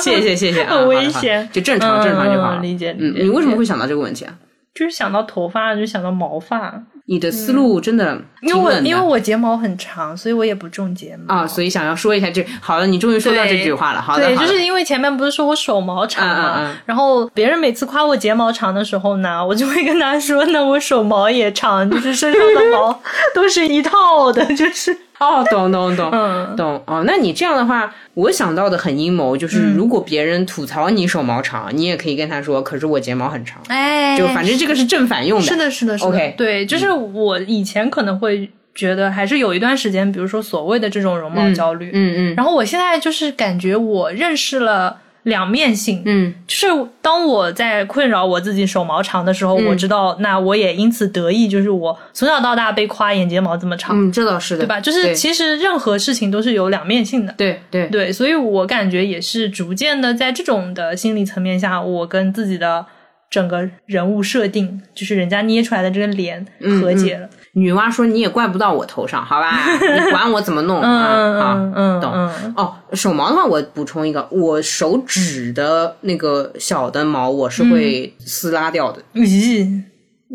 Speaker 2: 谢谢，谢谢谢谢，啊
Speaker 3: 很危
Speaker 2: 好的好的
Speaker 3: 险
Speaker 2: 就正常
Speaker 3: 嗯
Speaker 2: 正常就好了。
Speaker 3: 嗯理解理
Speaker 2: 嗯，
Speaker 3: 解
Speaker 2: 你为什
Speaker 3: 理解
Speaker 2: 么会想到这个问题啊？
Speaker 3: 就是想到头发，就想到毛发，
Speaker 2: 你的思路真的
Speaker 3: 因为
Speaker 2: 挺
Speaker 3: 我
Speaker 2: 稳的
Speaker 3: 因为我睫毛很长，所以我也不种睫毛
Speaker 2: 啊，所以想要说一下这，好了，你终于说到这句话了，好的，
Speaker 3: 对，
Speaker 2: 好
Speaker 3: 就
Speaker 2: 的
Speaker 3: 是因为前面不是说我手毛长嘛，
Speaker 2: 嗯嗯嗯
Speaker 3: 然后别人每次夸我睫毛长的时候呢，我就会跟他说，那我手毛也长，就是身上的毛 都是一套的，就是
Speaker 2: 哦，懂懂懂，
Speaker 3: 嗯
Speaker 2: 懂哦。那你这样的话，我想到的很阴谋，
Speaker 3: 嗯
Speaker 2: 就是如果别人吐槽你手毛长，你也可以跟他说，可是我睫毛很长，
Speaker 3: 哎
Speaker 2: 就反正这个是正反用的，
Speaker 3: 是的，是的，是的
Speaker 2: OK 嗯
Speaker 3: 对，就是我以前可能会觉得还是有一段时间，比如说所谓的这种容貌焦虑，
Speaker 2: 嗯嗯
Speaker 3: 然后我现在就是感觉我认识了两面性，
Speaker 2: 嗯，
Speaker 3: 就是当我在困扰我自己手毛长的时候，
Speaker 2: 嗯
Speaker 3: 我知道那我也因此得意，就是我从小到大被夸眼睫毛这么长，
Speaker 2: 嗯，这倒是的，
Speaker 3: 啊对吧？就是其实任何事情都是有两面性的。
Speaker 2: 对对
Speaker 3: 对，所以我感觉也是逐渐的，在这种的心理层面下，我跟自己的整个人物设定，就是人家捏出来的这个脸
Speaker 2: 嗯
Speaker 3: 和解了。
Speaker 2: 女娲说你也怪不到我头上，好 吧？你管我怎么弄啊？
Speaker 3: 嗯嗯
Speaker 2: 啊，
Speaker 3: 嗯，
Speaker 2: 懂
Speaker 3: 嗯
Speaker 2: 哦，手毛的话，我补充一个，我手指的那个小的毛，我是会
Speaker 3: 嗯
Speaker 2: 撕拉掉的，
Speaker 3: 咦，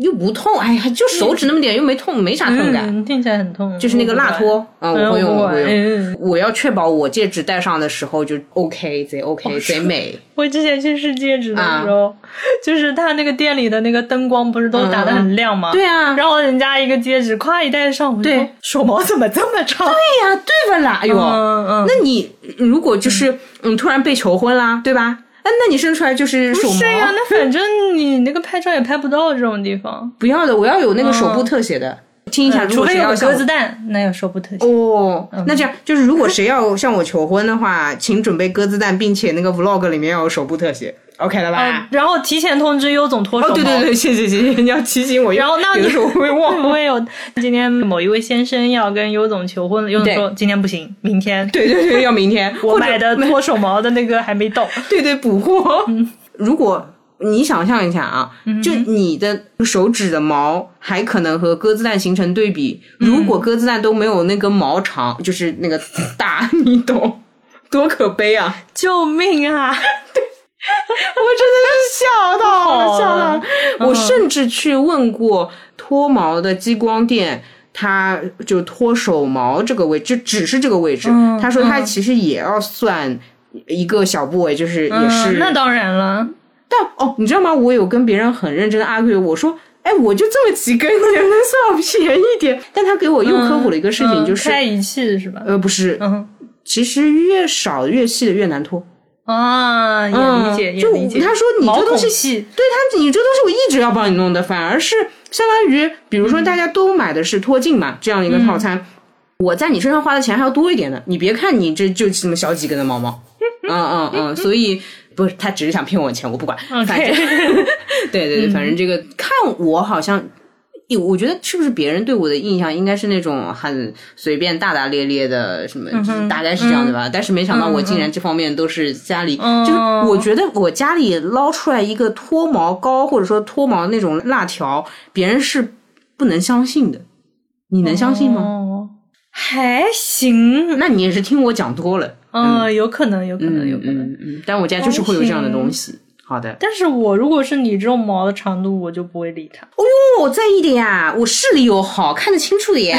Speaker 2: 又不痛，哎呀，就手指那么点，又没痛，没啥痛感。
Speaker 3: 嗯，听起来很痛，
Speaker 2: 就是那个蜡托，啊，我会用，
Speaker 3: 我
Speaker 2: 我
Speaker 3: 不
Speaker 2: 会
Speaker 3: 管
Speaker 2: 用
Speaker 3: 嗯。
Speaker 2: 我要确保我戒指戴上的时候就 OK，贼
Speaker 3: 哦
Speaker 2: OK，贼美。
Speaker 3: 我之前去试戒指的时候，
Speaker 2: 啊
Speaker 3: 就是他那个店里的那个灯光不是都打得很亮吗？
Speaker 2: 对啊，
Speaker 3: 然后人家一个戒指，夸一戴上，我就
Speaker 2: 对
Speaker 3: 说手毛怎么这么长？
Speaker 2: 对呀，对吧啦？哎呦，
Speaker 3: 嗯嗯，
Speaker 2: 那你如果就是嗯突然被求婚啦，对吧？哎，哎，那你生出来就是手毛，
Speaker 3: 是呀、那反正你那个拍照也拍不到这种地方，
Speaker 2: 不要的，我要有那个手部特写的。听一下，如
Speaker 3: 嗯除
Speaker 2: 果
Speaker 3: 非
Speaker 2: 谁
Speaker 3: 有
Speaker 2: 要
Speaker 3: 个
Speaker 2: 像
Speaker 3: 鸽
Speaker 2: 我
Speaker 3: 子嗯蛋，那也说不特写。
Speaker 2: 哦，那这样就是，如果谁要向我求婚的话， 请准备鸽子蛋，并且那个 vlog 里面要有手部特写，OK 了吧？
Speaker 3: 啊然后提前通知优总脱手、
Speaker 2: 哦，对对，对，谢谢谢 谢，你要提醒我，
Speaker 3: 然后那
Speaker 2: 有
Speaker 3: 你
Speaker 2: 的时候会忘。
Speaker 3: 我也有。今天某一位先生要跟优总求婚了，优总
Speaker 2: 对
Speaker 3: 说今天不行，明天。
Speaker 2: 对对对，要明天
Speaker 3: 我
Speaker 2: 或者
Speaker 3: 买的脱手毛的那个还没 到，
Speaker 2: 对对补货。
Speaker 3: 嗯
Speaker 2: 如果你想象一下啊，就你的手指的毛还可能和鸽子蛋形成对比，
Speaker 3: 嗯
Speaker 2: 如果鸽子蛋都没有那根毛长，就是那个大， 你懂，多可悲啊！
Speaker 3: 救命啊！
Speaker 2: 我真的是笑到
Speaker 3: 哦
Speaker 2: 了，笑到了。
Speaker 3: 嗯
Speaker 2: 我甚至去问过脱毛的激光店，它就脱手毛这个位置，就只是这个位置。
Speaker 3: 嗯
Speaker 2: 他说他其实也要算一个小部位，就是也是。
Speaker 3: 嗯，那当然了，
Speaker 2: 但哦，你知道吗？我有跟别人很认真的 argue，我说。哎，我就这么几根，你能算我便宜点？但他给我又科普了一个事情，
Speaker 3: 嗯
Speaker 2: 就是、
Speaker 3: 开仪器是吧？
Speaker 2: 呃，不是，
Speaker 3: 嗯
Speaker 2: 其实越少越细的越难脱。
Speaker 3: 啊，也理解，也
Speaker 2: 嗯就
Speaker 3: 理解。
Speaker 2: 他说你
Speaker 3: 毛
Speaker 2: 这东西
Speaker 3: 孔细，
Speaker 2: 对他，你这东西我一直要帮你弄的，反而是相当于，比如说大家都买的是脱镜嘛，这样一个套餐，我在你身上花的钱还要多一点的。你别看你这就这么小几根的毛毛，嗯嗯嗯，所以不是他只是想骗我钱，我不管，反正 对对对，反正这个看我好像。我觉得是不是别人对我的印象应该是那种很随便、大大咧咧的，什么、就是大概是这样的吧。但是没想到我竟然这方面都是家里，就是我觉得我家里捞出来一个脱毛膏或者说脱毛那种辣条，别人是不能相信的。你能相信吗？
Speaker 3: 哦，还行，
Speaker 2: 那你也是听我讲多了，
Speaker 3: 嗯，有可能，有可能，有可能。
Speaker 2: 嗯嗯。哦但我家就是会有这样的东西。好的，
Speaker 3: 但是我如果是你这种毛的长度，我就不会理它。
Speaker 2: 哦，在意的呀，我视力又好，看得清楚 的呀。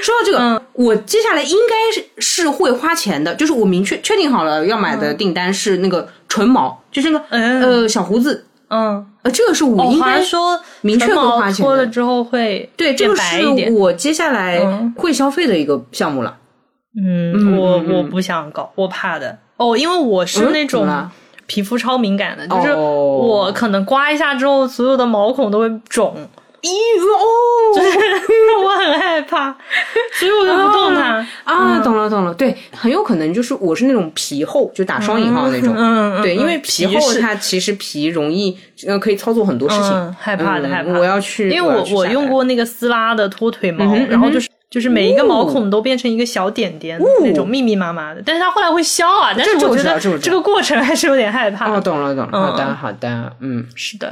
Speaker 2: 说到这个，
Speaker 3: 嗯
Speaker 2: 我接下来应该是是会花钱的，就是我明确确定好了要买的订单是那个纯毛，就是那个、
Speaker 3: 嗯
Speaker 2: 呃小胡子，
Speaker 3: 嗯，
Speaker 2: 呃这个是我
Speaker 3: 我
Speaker 2: 应
Speaker 3: 好
Speaker 2: 该、
Speaker 3: 像说
Speaker 2: 明确
Speaker 3: 唇
Speaker 2: 会
Speaker 3: 毛
Speaker 2: 花钱
Speaker 3: 脱
Speaker 2: 的
Speaker 3: 了之后会
Speaker 2: 对这
Speaker 3: 变
Speaker 2: 个
Speaker 3: 白一
Speaker 2: 是
Speaker 3: 点。
Speaker 2: 我接下来
Speaker 3: 嗯
Speaker 2: 会消费的一个项目了。
Speaker 3: 嗯，我
Speaker 2: 嗯嗯
Speaker 3: 我不想搞，我怕的。哦，因为我是
Speaker 2: 嗯
Speaker 3: 那
Speaker 2: 怎么
Speaker 3: 种
Speaker 2: 了
Speaker 3: 皮肤超敏感的，就是
Speaker 2: 哦
Speaker 3: 我可能刮一下之后，所有的毛孔都会肿，
Speaker 2: 咦哦，
Speaker 3: 我很害怕，所以我就不动它。嗯
Speaker 2: 啊，懂了懂了，对，很有可能就是我是那种皮厚，就打双引号的那种，
Speaker 3: 嗯嗯嗯
Speaker 2: 对，因为
Speaker 3: 嗯
Speaker 2: 皮
Speaker 3: 皮
Speaker 2: 厚
Speaker 3: 是
Speaker 2: 它其实皮容易呃可以操作很多事情，
Speaker 3: 嗯害怕的
Speaker 2: 嗯
Speaker 3: 害怕
Speaker 2: 我要去，
Speaker 3: 因为
Speaker 2: 要
Speaker 3: 我
Speaker 2: 去
Speaker 3: 我
Speaker 2: 下
Speaker 3: 用
Speaker 2: 单
Speaker 3: 过那个撕拉的脱腿毛，
Speaker 2: 哼
Speaker 3: 然
Speaker 2: 嗯
Speaker 3: 后
Speaker 2: 哼
Speaker 3: 就是就是每一个毛孔都变成一个小点点、那种密密麻麻的，但是它后来会消啊，但是
Speaker 2: 这
Speaker 3: 我
Speaker 2: 我
Speaker 3: 觉
Speaker 2: 知道
Speaker 3: 得
Speaker 2: 这我知道
Speaker 3: 这个过程还是有点害怕。
Speaker 2: 哦，懂了懂了，好的
Speaker 3: 嗯
Speaker 2: 好的，嗯，
Speaker 3: 是的，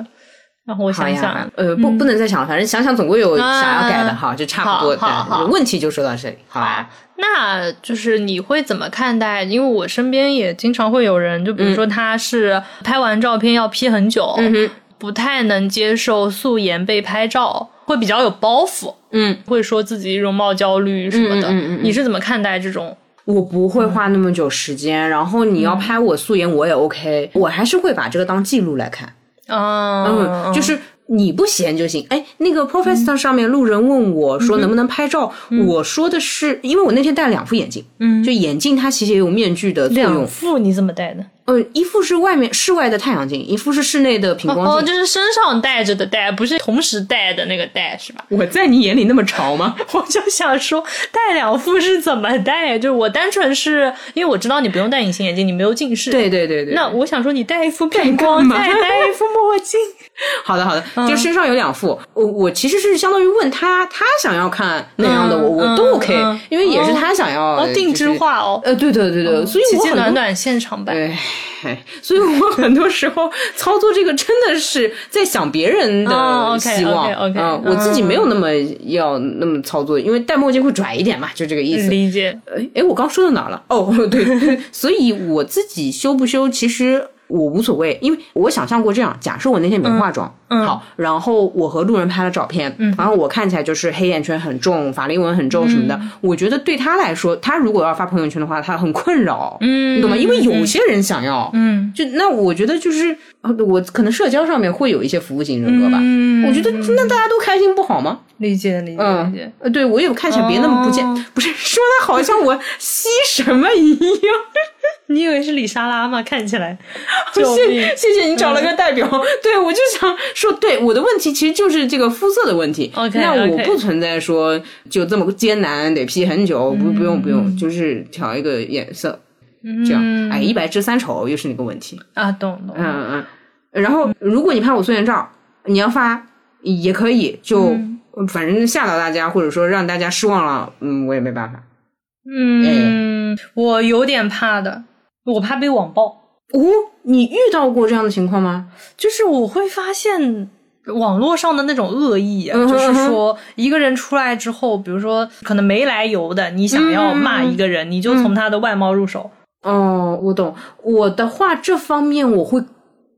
Speaker 3: 然后我
Speaker 2: 好
Speaker 3: 想啊想
Speaker 2: 呀，，呃，不不能再想了，反正想想总归有想要改的
Speaker 3: 啊
Speaker 2: 哈，就差不多。
Speaker 3: 好好
Speaker 2: 但
Speaker 3: 好
Speaker 2: 问题就说到这里，好吧？
Speaker 3: 那就是你会怎么看待？因为我身边也经常会有人，就比如说他是拍完照片要 P 很久，
Speaker 2: 嗯哼
Speaker 3: 不太能接受素颜被拍照，会比较有包袱，
Speaker 2: 嗯，
Speaker 3: 会说自己容貌焦虑什么的。
Speaker 2: 嗯嗯嗯嗯
Speaker 3: 你是怎么看待这种？
Speaker 2: 我不会花那么久时间，然后你要
Speaker 3: 嗯
Speaker 2: 拍我素颜我也 OK，我还是会把这个当记录来看。
Speaker 3: 嗯嗯
Speaker 2: 嗯，就是你不嫌就行。哎，那个 Professor 上面路人问我说能不能拍照，我说的是，因为我那天戴了两副眼镜，嗯，就眼镜它其实也有面具的作
Speaker 3: 两
Speaker 2: 用。
Speaker 3: 副你怎么戴的？
Speaker 2: 呃，一副是外面室外的太阳镜，一副是室内的平光
Speaker 3: 哦，
Speaker 2: 镜。
Speaker 3: 就是身上戴着的戴，不是同时戴的那个戴，是吧？
Speaker 2: 我在你眼里那么潮吗？
Speaker 3: 我就想说，戴两副是怎么戴？就是我单纯是因为我知道你不用戴隐形眼镜，你没有近 视。
Speaker 2: 对对对对，
Speaker 3: 那我想说，你戴一副偏 光，
Speaker 2: 干嘛
Speaker 3: 再戴一副墨镜， 嗯
Speaker 2: 好的好的，就身上有两副，我我其实是相当于问他，他想要看哪样的，
Speaker 3: 嗯
Speaker 2: 我我
Speaker 3: 嗯
Speaker 2: 都 OK，、
Speaker 3: 嗯
Speaker 2: 因为也是他想要、
Speaker 3: 哦，定制。化哦。
Speaker 2: 呃，对对对对，所以
Speaker 3: 奇
Speaker 2: 我
Speaker 3: 迹
Speaker 2: 很
Speaker 3: 暖
Speaker 2: 多，
Speaker 3: 暖现场版，
Speaker 2: 哎，哎所以我很多时候操作这个真的是在想别人
Speaker 3: 哦
Speaker 2: 的
Speaker 3: ，OK，
Speaker 2: 希望，
Speaker 3: OK，OK，
Speaker 2: 嗯我自己没有那么要那么操作，因为戴墨镜会拽一点嘛，就这个意思。
Speaker 3: 理解。
Speaker 2: 哎哎，我刚说到哪儿了？哦，对， 所以我自己修不修，其实我无所谓，因为我想象过这样：假设我那天没化妆，好，然后我和路人拍了照片，然后我看起来就是黑眼圈很重、法令纹很重什么的。我觉得对他来说，他如果要发朋友圈的话，他很困扰，嗯，你懂吗？因为有些人想要，嗯，就那我觉得就是呃我可能社交上面会有一些服务型人格吧，
Speaker 3: 嗯
Speaker 2: 我觉得那大家都开心不好吗？
Speaker 3: 理解，理解，理解
Speaker 2: 嗯。，呃，对我也看起来别那么不见，
Speaker 3: 哦
Speaker 2: 不是说的好像我吸什么一样，
Speaker 3: 你以为是李莎拉吗？看起 来，救
Speaker 2: 谢
Speaker 3: 命！
Speaker 2: 谢谢你找了
Speaker 3: 嗯
Speaker 2: 个代表，对我就想说，对我的问题其实就是这个肤色的问题。
Speaker 3: OK，
Speaker 2: 那我
Speaker 3: OK
Speaker 2: 不存在说就这么艰难得 P 很久，不不用不用，
Speaker 3: 嗯
Speaker 2: 就是调一个颜色，这样，哎，一白遮三丑又是那个问题。
Speaker 3: 啊，懂懂。
Speaker 2: 嗯嗯嗯。然后如果你拍我素颜照，你要发也可以，就、
Speaker 3: 嗯
Speaker 2: 反正吓到大家，或者说让大家失望了，嗯，我也没办法。
Speaker 3: 嗯，我有点怕的，我怕被网暴。
Speaker 2: 哦，你遇到过这样的情况吗？
Speaker 3: 就是我会发现网络上的那种恶意、啊，
Speaker 2: 嗯哼
Speaker 3: 就是
Speaker 2: 嗯哼
Speaker 3: 说一个人出来之后，比如说可能没来由的，你想
Speaker 2: 嗯
Speaker 3: 要骂一个人，你就从他的外貌入手。
Speaker 2: 哦，我懂。我的话，这方面我会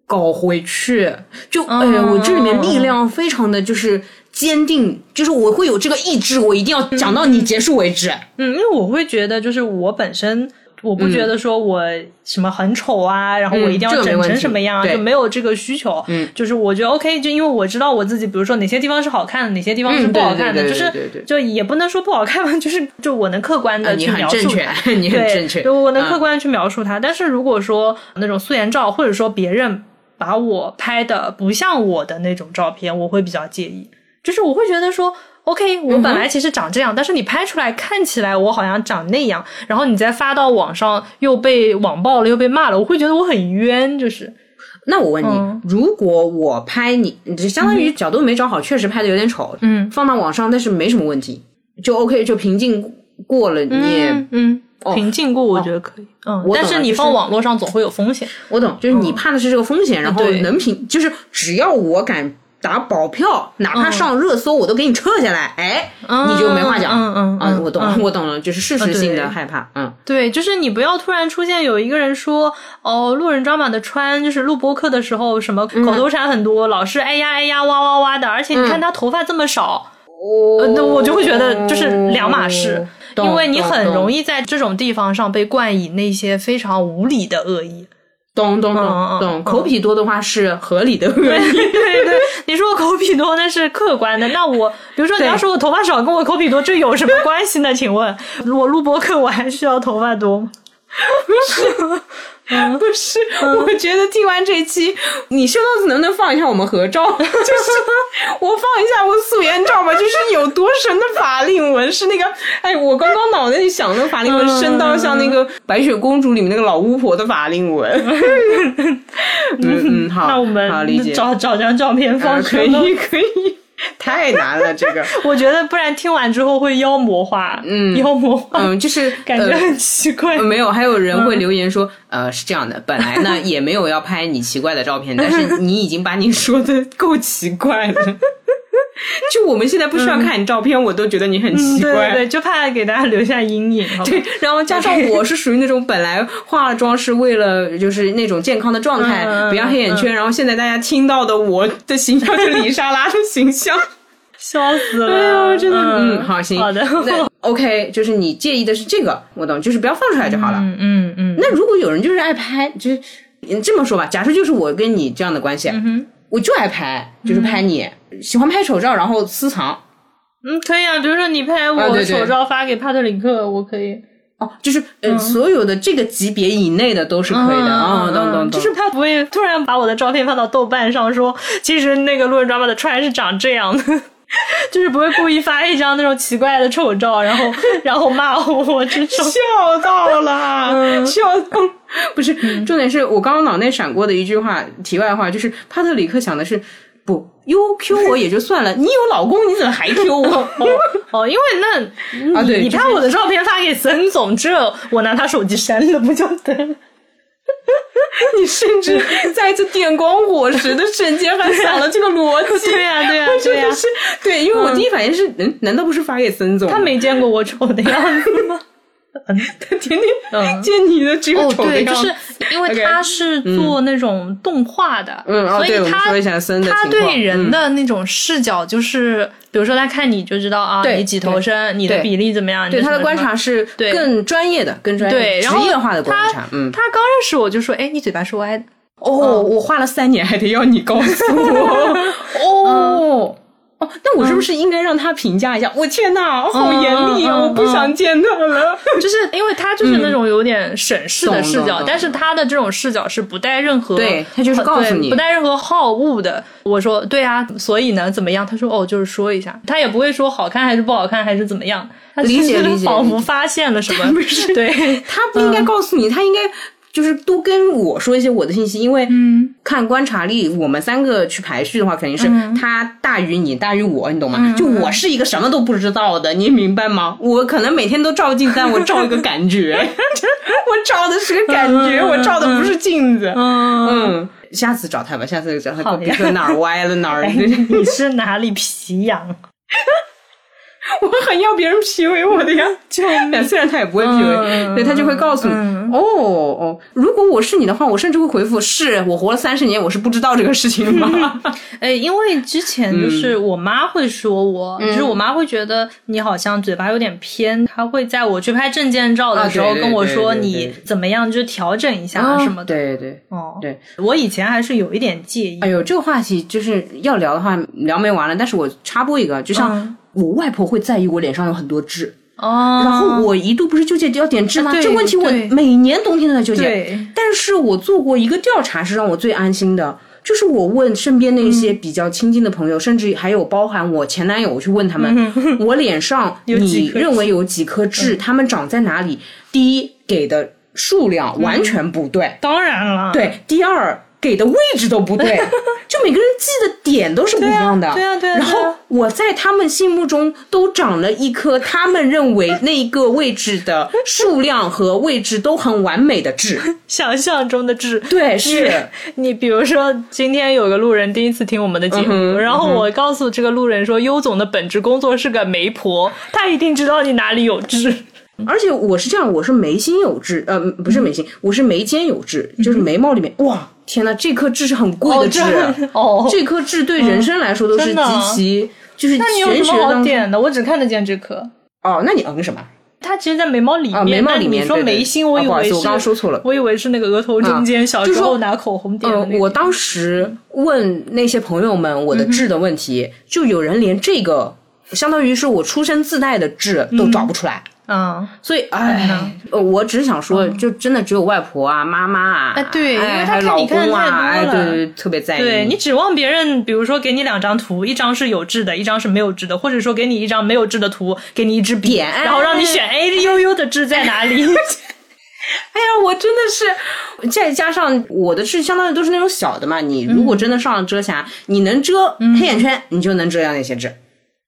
Speaker 2: 搞回去。就
Speaker 3: 嗯
Speaker 2: 哎呀，我这里面力量非常的就是坚定，就是我会有这个意志，我一定要讲到你结束为止。
Speaker 3: 嗯，因为我会觉得，就是我本身。我不觉得说我什么很丑啊，然后我一定要
Speaker 2: 嗯这个没
Speaker 3: 整
Speaker 2: 问
Speaker 3: 成
Speaker 2: 题
Speaker 3: 什么样啊，
Speaker 2: 对
Speaker 3: 就没有这个需求。嗯，就是我觉得 OK，就因为我知道我自己，比如说哪些地方是好看的，哪些地方是
Speaker 2: 嗯
Speaker 3: 不
Speaker 2: 对
Speaker 3: 好
Speaker 2: 对
Speaker 3: 看的，
Speaker 2: 对
Speaker 3: 就
Speaker 2: 对
Speaker 3: 是
Speaker 2: 对对
Speaker 3: 就也不能说不好看吧，就是就我能客观的
Speaker 2: 你
Speaker 3: 呃去
Speaker 2: 很
Speaker 3: 描
Speaker 2: 正
Speaker 3: 述
Speaker 2: 确
Speaker 3: 它。，
Speaker 2: 你很
Speaker 3: 对，
Speaker 2: 正确。
Speaker 3: 就我能
Speaker 2: 嗯
Speaker 3: 客观的去描述它。但是如果说那种素颜照，或者说别人把我拍的不像我的那种照片，我会比较介意。就是我会觉得说，OK，我
Speaker 2: 嗯
Speaker 3: 本来其实长这样，但是你拍出来看起来我好像长那样，然后你再发到网上又被网暴了，又被骂了，我会觉得我很冤，就是
Speaker 2: 那我问你，
Speaker 3: 嗯
Speaker 2: 如果我拍你，你这相当于角度没找好，确实拍的有点丑，
Speaker 3: 嗯，
Speaker 2: 放到网上，但是没什么问题，就 OK，就平静过了。你也、
Speaker 3: 嗯嗯。平静过，我觉得可以，嗯，
Speaker 2: 哦我
Speaker 3: 但
Speaker 2: 懂
Speaker 3: 是
Speaker 2: 了
Speaker 3: 你
Speaker 2: 就是
Speaker 3: 放网络上总会有风险，
Speaker 2: 我懂，就是你怕的是这个风险，然后
Speaker 3: 嗯啊对
Speaker 2: 能平，就是只要我敢打保票，哪怕
Speaker 3: 嗯
Speaker 2: 上热搜，我都给你撤下来，哎，
Speaker 3: 嗯
Speaker 2: 你就没话讲。
Speaker 3: 嗯嗯嗯
Speaker 2: 啊我懂，
Speaker 3: 嗯
Speaker 2: 我懂了，就是事实性
Speaker 3: 啊对
Speaker 2: 的害怕，嗯。
Speaker 3: 对，就是你不要突然出现有一个人说，哦，路人抓马的川就是录播课的时候什么口头禅很多，老是哎呀哎呀哇哇哇的，而且你看他头发这么少，
Speaker 2: 我
Speaker 3: 呃那我就会觉得就是两码事，因为你很容
Speaker 2: 易
Speaker 3: 易在这种地方上被冠以那些非常无理的恶意。
Speaker 2: 懂懂
Speaker 3: 嗯嗯
Speaker 2: 懂
Speaker 3: 嗯
Speaker 2: 懂，口笔多的话是合理的恶意，
Speaker 3: 对对，你说我口笔多那是客观的，那我比如说你要
Speaker 2: 对
Speaker 3: 说我头发少跟我口笔多这有什么关系呢？请问我录播课我还需要头发多吗？
Speaker 2: 不是，
Speaker 3: 嗯
Speaker 2: 我觉得听完这期，你修道子能不能放一下我们合照？ 就是我放一下我素颜照吧，就是有多神的法令纹是那个，哎，我刚刚脑袋里想的法令纹
Speaker 3: 嗯
Speaker 2: 深到像那个《白雪公主》里面那个老巫婆的法令纹。嗯嗯，好，
Speaker 3: 那我
Speaker 2: 好理
Speaker 3: 们
Speaker 2: 解，
Speaker 3: 找找张照片放
Speaker 2: 啊
Speaker 3: 出
Speaker 2: 可以可以，太难了这个，
Speaker 3: 我觉得不然听完之后会妖魔化，嗯妖魔化，
Speaker 2: 嗯，就是
Speaker 3: 感觉
Speaker 2: 呃
Speaker 3: 很奇怪。
Speaker 2: 呃没有，还有人
Speaker 3: 嗯
Speaker 2: 会留言说，呃，是这样的，本来 呢也没有要拍你奇怪的照片，但是你已经把你说的够奇怪了。 就我们现在不需要看你照片，我都觉得你很
Speaker 3: 嗯
Speaker 2: 奇
Speaker 3: 对对
Speaker 2: 怪。
Speaker 3: 对，就怕给大家留下阴影。好 吧
Speaker 2: 对，然后加上我是属于那种本来化了妆是为了就是那种健康的状态，
Speaker 3: 嗯嗯
Speaker 2: 不要黑眼圈，然后现在大家听到的我的形象是李莎拉的形象。
Speaker 3: 笑死了！
Speaker 2: 哎呦，真的，
Speaker 3: 嗯，
Speaker 2: 嗯，好行，
Speaker 3: 好的，
Speaker 2: 那 OK，就是你介意的是这个，我懂，就是不要放出来就好了。
Speaker 3: 嗯嗯嗯，
Speaker 2: 那如果有人就是爱拍，就是你这么说吧，假设就是我跟你这样的关
Speaker 3: 嗯
Speaker 2: 系，我就爱拍，就是拍你、喜欢拍丑照，然后私藏
Speaker 3: 嗯，可以啊。比如说你拍
Speaker 2: 啊
Speaker 3: 我
Speaker 2: 对对
Speaker 3: 手照发给帕特里克，我可以。
Speaker 2: 哦，就是呃、所有的这个级别以内的都是可以的啊、
Speaker 3: 嗯
Speaker 2: 哦，懂懂
Speaker 3: 就
Speaker 2: 懂
Speaker 3: 是。他不会突然把我的照片放到豆瓣上说，其实那个路人抓马的川是长这样的。 就是不会故意发一张那种奇怪的丑照，然后然后骂我这种。
Speaker 2: 笑到 了，笑到嗯不是
Speaker 3: 嗯
Speaker 2: 重点是我刚刚脑内闪过的一句话，题外话就是帕特里克想的是不 U Q 我也就算了，你有老公你怎么还 Q 我？
Speaker 3: 哦，因为那你、
Speaker 2: 啊对
Speaker 3: 你
Speaker 2: 就
Speaker 3: 拍我的照片发给森总，这我拿他手机删了不就得了？
Speaker 2: 你甚至在一次电光火石的瞬间还想了这个逻辑，
Speaker 3: 对呀、对呀、
Speaker 2: 我
Speaker 3: 对
Speaker 2: 真
Speaker 3: 呀、
Speaker 2: 的是对，因为我第一反应是，嗯，难道不是发给森总？
Speaker 3: 他没见过我丑的样子吗？
Speaker 2: 他 天天
Speaker 3: 嗯
Speaker 2: 见你的只有
Speaker 3: 哦，
Speaker 2: 丑的
Speaker 3: 对，就
Speaker 2: 样子
Speaker 3: 是。因为
Speaker 2: OK
Speaker 3: 他是做那种动画的，
Speaker 2: 嗯哦
Speaker 3: 所以
Speaker 2: 对我们
Speaker 3: 他
Speaker 2: 说一下森的
Speaker 3: 他
Speaker 2: 情况嗯
Speaker 3: 对人的那种视角就是，比如说他看你就知道啊，
Speaker 2: 对
Speaker 3: 你几头身，你的
Speaker 2: 对
Speaker 3: 比例怎么样，
Speaker 2: 对
Speaker 3: 你
Speaker 2: 他
Speaker 3: 什
Speaker 2: 的
Speaker 3: 么
Speaker 2: 观
Speaker 3: 什么。
Speaker 2: 察是
Speaker 3: 对
Speaker 2: 更专业的、更专业的
Speaker 3: 对，然后
Speaker 2: 职业化的观
Speaker 3: 他
Speaker 2: 察。嗯，
Speaker 3: 他刚认识我就说：“哎，你嘴巴是歪的。”
Speaker 2: 哦，我花了三年还得要你告诉我。哦，哦，那我是不是应该让他评价一下？我天呐，好严厉啊！
Speaker 3: 嗯嗯嗯
Speaker 2: 我不想见他了。
Speaker 3: 就是嗯因为他就是那种有点审视的视
Speaker 2: 嗯懂
Speaker 3: 角，
Speaker 2: 懂
Speaker 3: 但是他的这种视角是不带任何
Speaker 2: 对他就是告诉
Speaker 3: 对
Speaker 2: 你
Speaker 3: 不带任何好恶的。我说对啊，所以呢怎么样？他说哦，就是说一下，他也不会说好看还是不好看还是怎么样，他
Speaker 2: 理解
Speaker 3: 就是
Speaker 2: 理解
Speaker 3: 仿佛发现了什么， 对，
Speaker 2: 他不
Speaker 3: 嗯
Speaker 2: 应该告诉你，他应该就是多跟我说一些我的信息，因为
Speaker 3: 嗯
Speaker 2: 看观察力，我们三个去排序的话，肯定是他大于你，大于我，你懂
Speaker 3: 嗯
Speaker 2: 吗？就我是一个什么都不知道的，你明白 吗？我可能每天都照镜子，但我照一个感觉，我照的是个感觉，
Speaker 3: 嗯嗯嗯
Speaker 2: 我照的不是镜子。
Speaker 3: 嗯，
Speaker 2: 嗯，下次找他吧，下次找他，
Speaker 3: 好呀
Speaker 2: 别说哪儿歪了 哪儿。
Speaker 3: 哎你是哪里皮痒？
Speaker 2: 我很要别人 PUA 我的呀，就虽然他也不会 PUA，、
Speaker 3: 嗯
Speaker 2: 对他就会告诉你，哦哦，如果我是你的话，我甚至会回复，是我活了三十年，我是不知道这个事情吗？
Speaker 3: 哎，因为之前就是
Speaker 2: 嗯
Speaker 3: 我妈会说我，就是我妈会觉得你好像嘴巴有点偏，她会在我去拍证件照的时
Speaker 2: 啊
Speaker 3: 候
Speaker 2: 对对
Speaker 3: 跟我说
Speaker 2: 对对
Speaker 3: 你
Speaker 2: 对对
Speaker 3: 怎么样，就调整一下什么
Speaker 2: 嗯
Speaker 3: 的。
Speaker 2: 对对。
Speaker 3: 哦，
Speaker 2: 对，
Speaker 3: 我以前还是有一点介意
Speaker 2: 哎。呦，这个话题就是要聊的话聊没完了，但是我插播一个，就像
Speaker 3: 嗯
Speaker 2: 我外婆会在意我脸上有很多痣，
Speaker 3: 哦，
Speaker 2: 然后我一度不是纠结要点痣吗？
Speaker 3: 啊对
Speaker 2: 这个问题我
Speaker 3: 对
Speaker 2: 每年冬天都在纠结
Speaker 3: 对。
Speaker 2: 但是我做过一个调查，是让我最安心的，就是我问身边那
Speaker 3: 嗯
Speaker 2: 些比较亲近的朋友，甚至还有包含我前男友，我去问他们，我脸 上
Speaker 3: 嗯几
Speaker 2: 你
Speaker 3: 颗痣嗯
Speaker 2: 认为有几颗痣，它们长在哪里？第一，给的数量
Speaker 3: 嗯
Speaker 2: 完全不对，
Speaker 3: 当然了，
Speaker 2: 对，哎第二给的位置都不 对，就每个人记的点都是不一样的。
Speaker 3: 对啊对啊对啊
Speaker 2: 然后我在他们心目中都长了一颗他们认为那一个位置的数量和位置都很完美的 痣。
Speaker 3: 想象中的痣。
Speaker 2: 对，是。
Speaker 3: 你比如说，今天有个路人第一次听我们的
Speaker 2: 嗯
Speaker 3: 节目，然后我告诉这个路人说，优总的本职工作是个媒婆，他一定知道你哪里有痣。
Speaker 2: 而且我是这样，我是眉心有痣，呃，不是眉心，我是眉间有痣，就是眉毛里面。哇，天呐，这颗痣是很贵的痣，
Speaker 3: 嗯
Speaker 2: 啊
Speaker 3: 哦，
Speaker 2: 这颗痣对人生来说都是
Speaker 3: 真的
Speaker 2: 极
Speaker 3: 啊
Speaker 2: 其。就是
Speaker 3: 那你有
Speaker 2: 玄
Speaker 3: 什
Speaker 2: 学
Speaker 3: 么好
Speaker 2: 当中
Speaker 3: 点的？我只看得见这颗。
Speaker 2: 哦，那你嗯什么？
Speaker 3: 它其实，在眉毛里面，
Speaker 2: 啊眉毛里面
Speaker 3: 但你说
Speaker 2: 对对
Speaker 3: 眉心，
Speaker 2: 啊
Speaker 3: 我以
Speaker 2: 不好意
Speaker 3: 为
Speaker 2: 思
Speaker 3: 是，
Speaker 2: 我刚刚说错了
Speaker 3: 我以为是那个额头中间，
Speaker 2: 啊
Speaker 3: 小
Speaker 2: 就
Speaker 3: 时候
Speaker 2: 说
Speaker 3: 拿口红点的
Speaker 2: 呃
Speaker 3: 那，个。
Speaker 2: 我当时问那些朋友们我的痣的问题，
Speaker 3: 嗯
Speaker 2: 就有人连这个，相当于是我出生自带的痣都找不出来。
Speaker 3: 嗯，
Speaker 2: 所以，哎，呃我只是想说，就真的只有外婆啊、妈妈啊，
Speaker 3: 哎对因为
Speaker 2: 哎
Speaker 3: 她
Speaker 2: 还有老
Speaker 3: 看你看得
Speaker 2: 公啊，
Speaker 3: 太
Speaker 2: 哎，
Speaker 3: 多
Speaker 2: 对
Speaker 3: 了
Speaker 2: 对，对特别在意。
Speaker 3: 对你指望别人，比如说给你两张图，一张是有痣的，一张是没有痣的，或者说给你一张没有痣的图，给你一支笔，
Speaker 2: 点
Speaker 3: 然后让你 选，哎，悠悠的痣在哪里？
Speaker 2: 哎呀，我真的是，再加上我的痣，相当于都是那种小的嘛。你如果真的上了遮瑕，你能遮黑眼圈，你就能遮掉那些痣